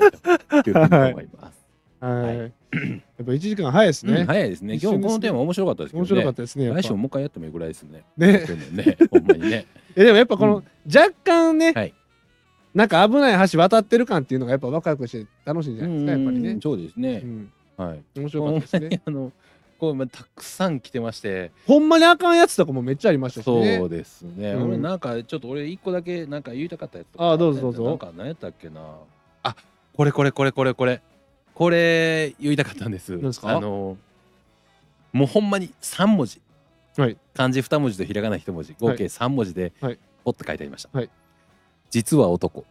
A: というふうに思います。
B: はい
A: は
B: やっぱ1時間早いですね、
A: うん早いですね。今日このテーマ面白かったですけど
B: 面
A: ね。
B: 白かったですねやっぱ
A: 来週ももう一回やってもいいぐらいですね。
B: ね
A: でもね、ほんまにね。
B: えでもやっぱこの、
A: う
B: 若干ね、
A: はい
B: なんか危ない橋渡ってる感っていうのがやっぱ若くして楽しいんじゃないですかやっぱり
A: うん
B: ね、
A: そうですね
B: う。ん、
A: はい。
B: 面白
A: ほ
B: か
A: ん
B: ったです ね
A: まにあのこうまあたくさん来てまして、
B: ほんまにあかんやつとかもめっちゃありましたしね
A: そうですね。
B: うん
A: 俺なんかちょっと俺一個だけなんか言いたかったやつとか
B: ああどうぞどうぞ
A: なんか何やったっけな。あこれこれこれこれこれこれ言いたかったんです。
B: 何ですか
A: あのもうほんまに三文字。
B: はい
A: 漢字二文字とひらがな一文字合計三文字で、
B: はい
A: ポッと書いてありました。
B: はい
A: 実は男。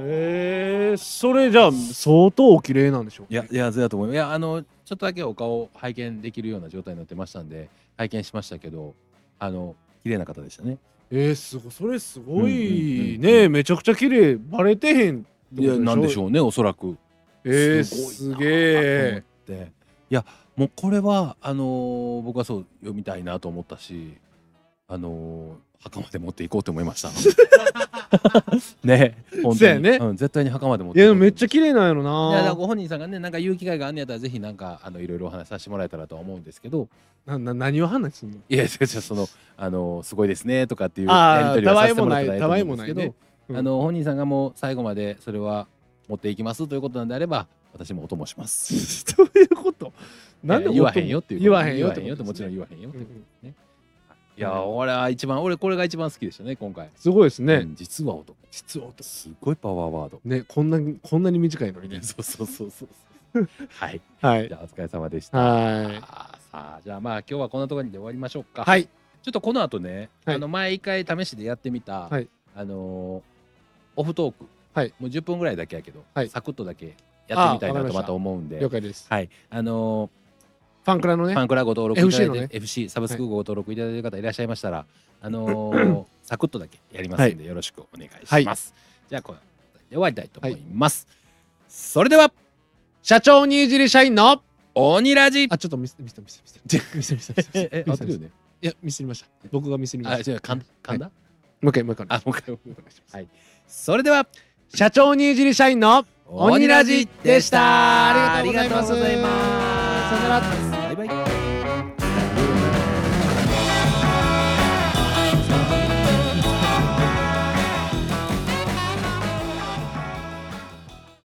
B: えー、それじゃあ相当お綺麗なんでしょう
A: いや、いや、ずだと思います。いや、あの、ちょっとだけお顔を拝見できるような状態になってましたんで、拝見しましたけど、あの、綺麗な方でしたね。
B: えー、すごいそれすごい、
A: うんうんうんうん
B: ねめちゃくちゃ綺麗バレてへん
A: いや、なんでし
B: う
A: ょうね、おそらく。
B: えー、
A: す
B: す
A: ごいな
B: げえ
A: と思って。いや、もうこれは、あのー僕はそう、読みたいなと思ったし、あのー墓まで持っていこうと思いま した。ね、本当に
B: そうやね
A: ん、絶対に墓まで持っ
B: い
A: てい
B: や
A: こ
B: で
A: うと思
B: もめ
A: い
B: っ
A: ま
B: ちゃ綺麗なんやろ
A: いやだから
B: な
A: ご本人さんがねなんか言う機会があんねやったらぜひなんかあのいろいろお話しさせてもらえたらとは思うんですけど
B: なな何を話すんの
A: いや違う違うそのあのすごいですねとかっていう
B: あー
A: やり取りはさせてもらったら
B: たわい
A: と思
B: も
A: うんです
B: な
A: け
B: い
A: ど、
B: たわいもないねうん
A: あの本人さんがもう最後までそれは持っていきますということなんであれば私もお供します。
B: どういうことなんで
A: いや言わへんよっていう
B: 言わへん
A: 言
B: よ
A: わへんよってもちろん
B: ん
A: 言わへんよって、
B: うんうん
A: いや俺は一番俺これが一番好きでしたね今回
B: すごいですね、
A: うん実は男
B: 実は音
A: すごいパワーワー ド
B: ねこんなにこんなに短いのにね
A: そうそうそうそうそうはい
B: はい
A: じゃあお疲れ様でした
B: は
A: あーさあじゃあまあ今日はこんなところにで終わりましょうか
B: いはい
A: ちょっとこの後ね、
B: はい
A: あの前一回試しでやってみた、
B: はい
A: あのーオフトーク、
B: はい
A: もう10分ぐらいだけやけど、
B: はい
A: サクッとだけやってみたい
B: あーわかり
A: な
B: まし
A: と
B: た
A: また思うんで
B: 了。解です
A: はい、あの
B: ファンクラの
A: ー
B: ね
A: ファンクラご登録いただ
B: FC の
A: いて、
B: ね
A: FC サブスクご登録いただいてる方いらっしゃいましたら、あの ーサクッとだけやりますんで、よろしくお願いします。じゃあこれで終わりたいと思います。それでは
B: 社長にいじり社員の
A: 鬼ラジ。
B: あちょっと見せ見せ見せ見せ 見せ見せ見 せ見せ見せ見せ
A: ね。
B: いや見せました僕が見せま
A: あ、
B: し
A: 違
B: た
A: う、かん、かんだ。
B: もう一回もう一回
A: あ、もう一回。はい。それでは。
B: 社長にいじり社員の
A: 鬼ラジでした。
B: ありがとうございます
A: ありがとうございます
B: さよなら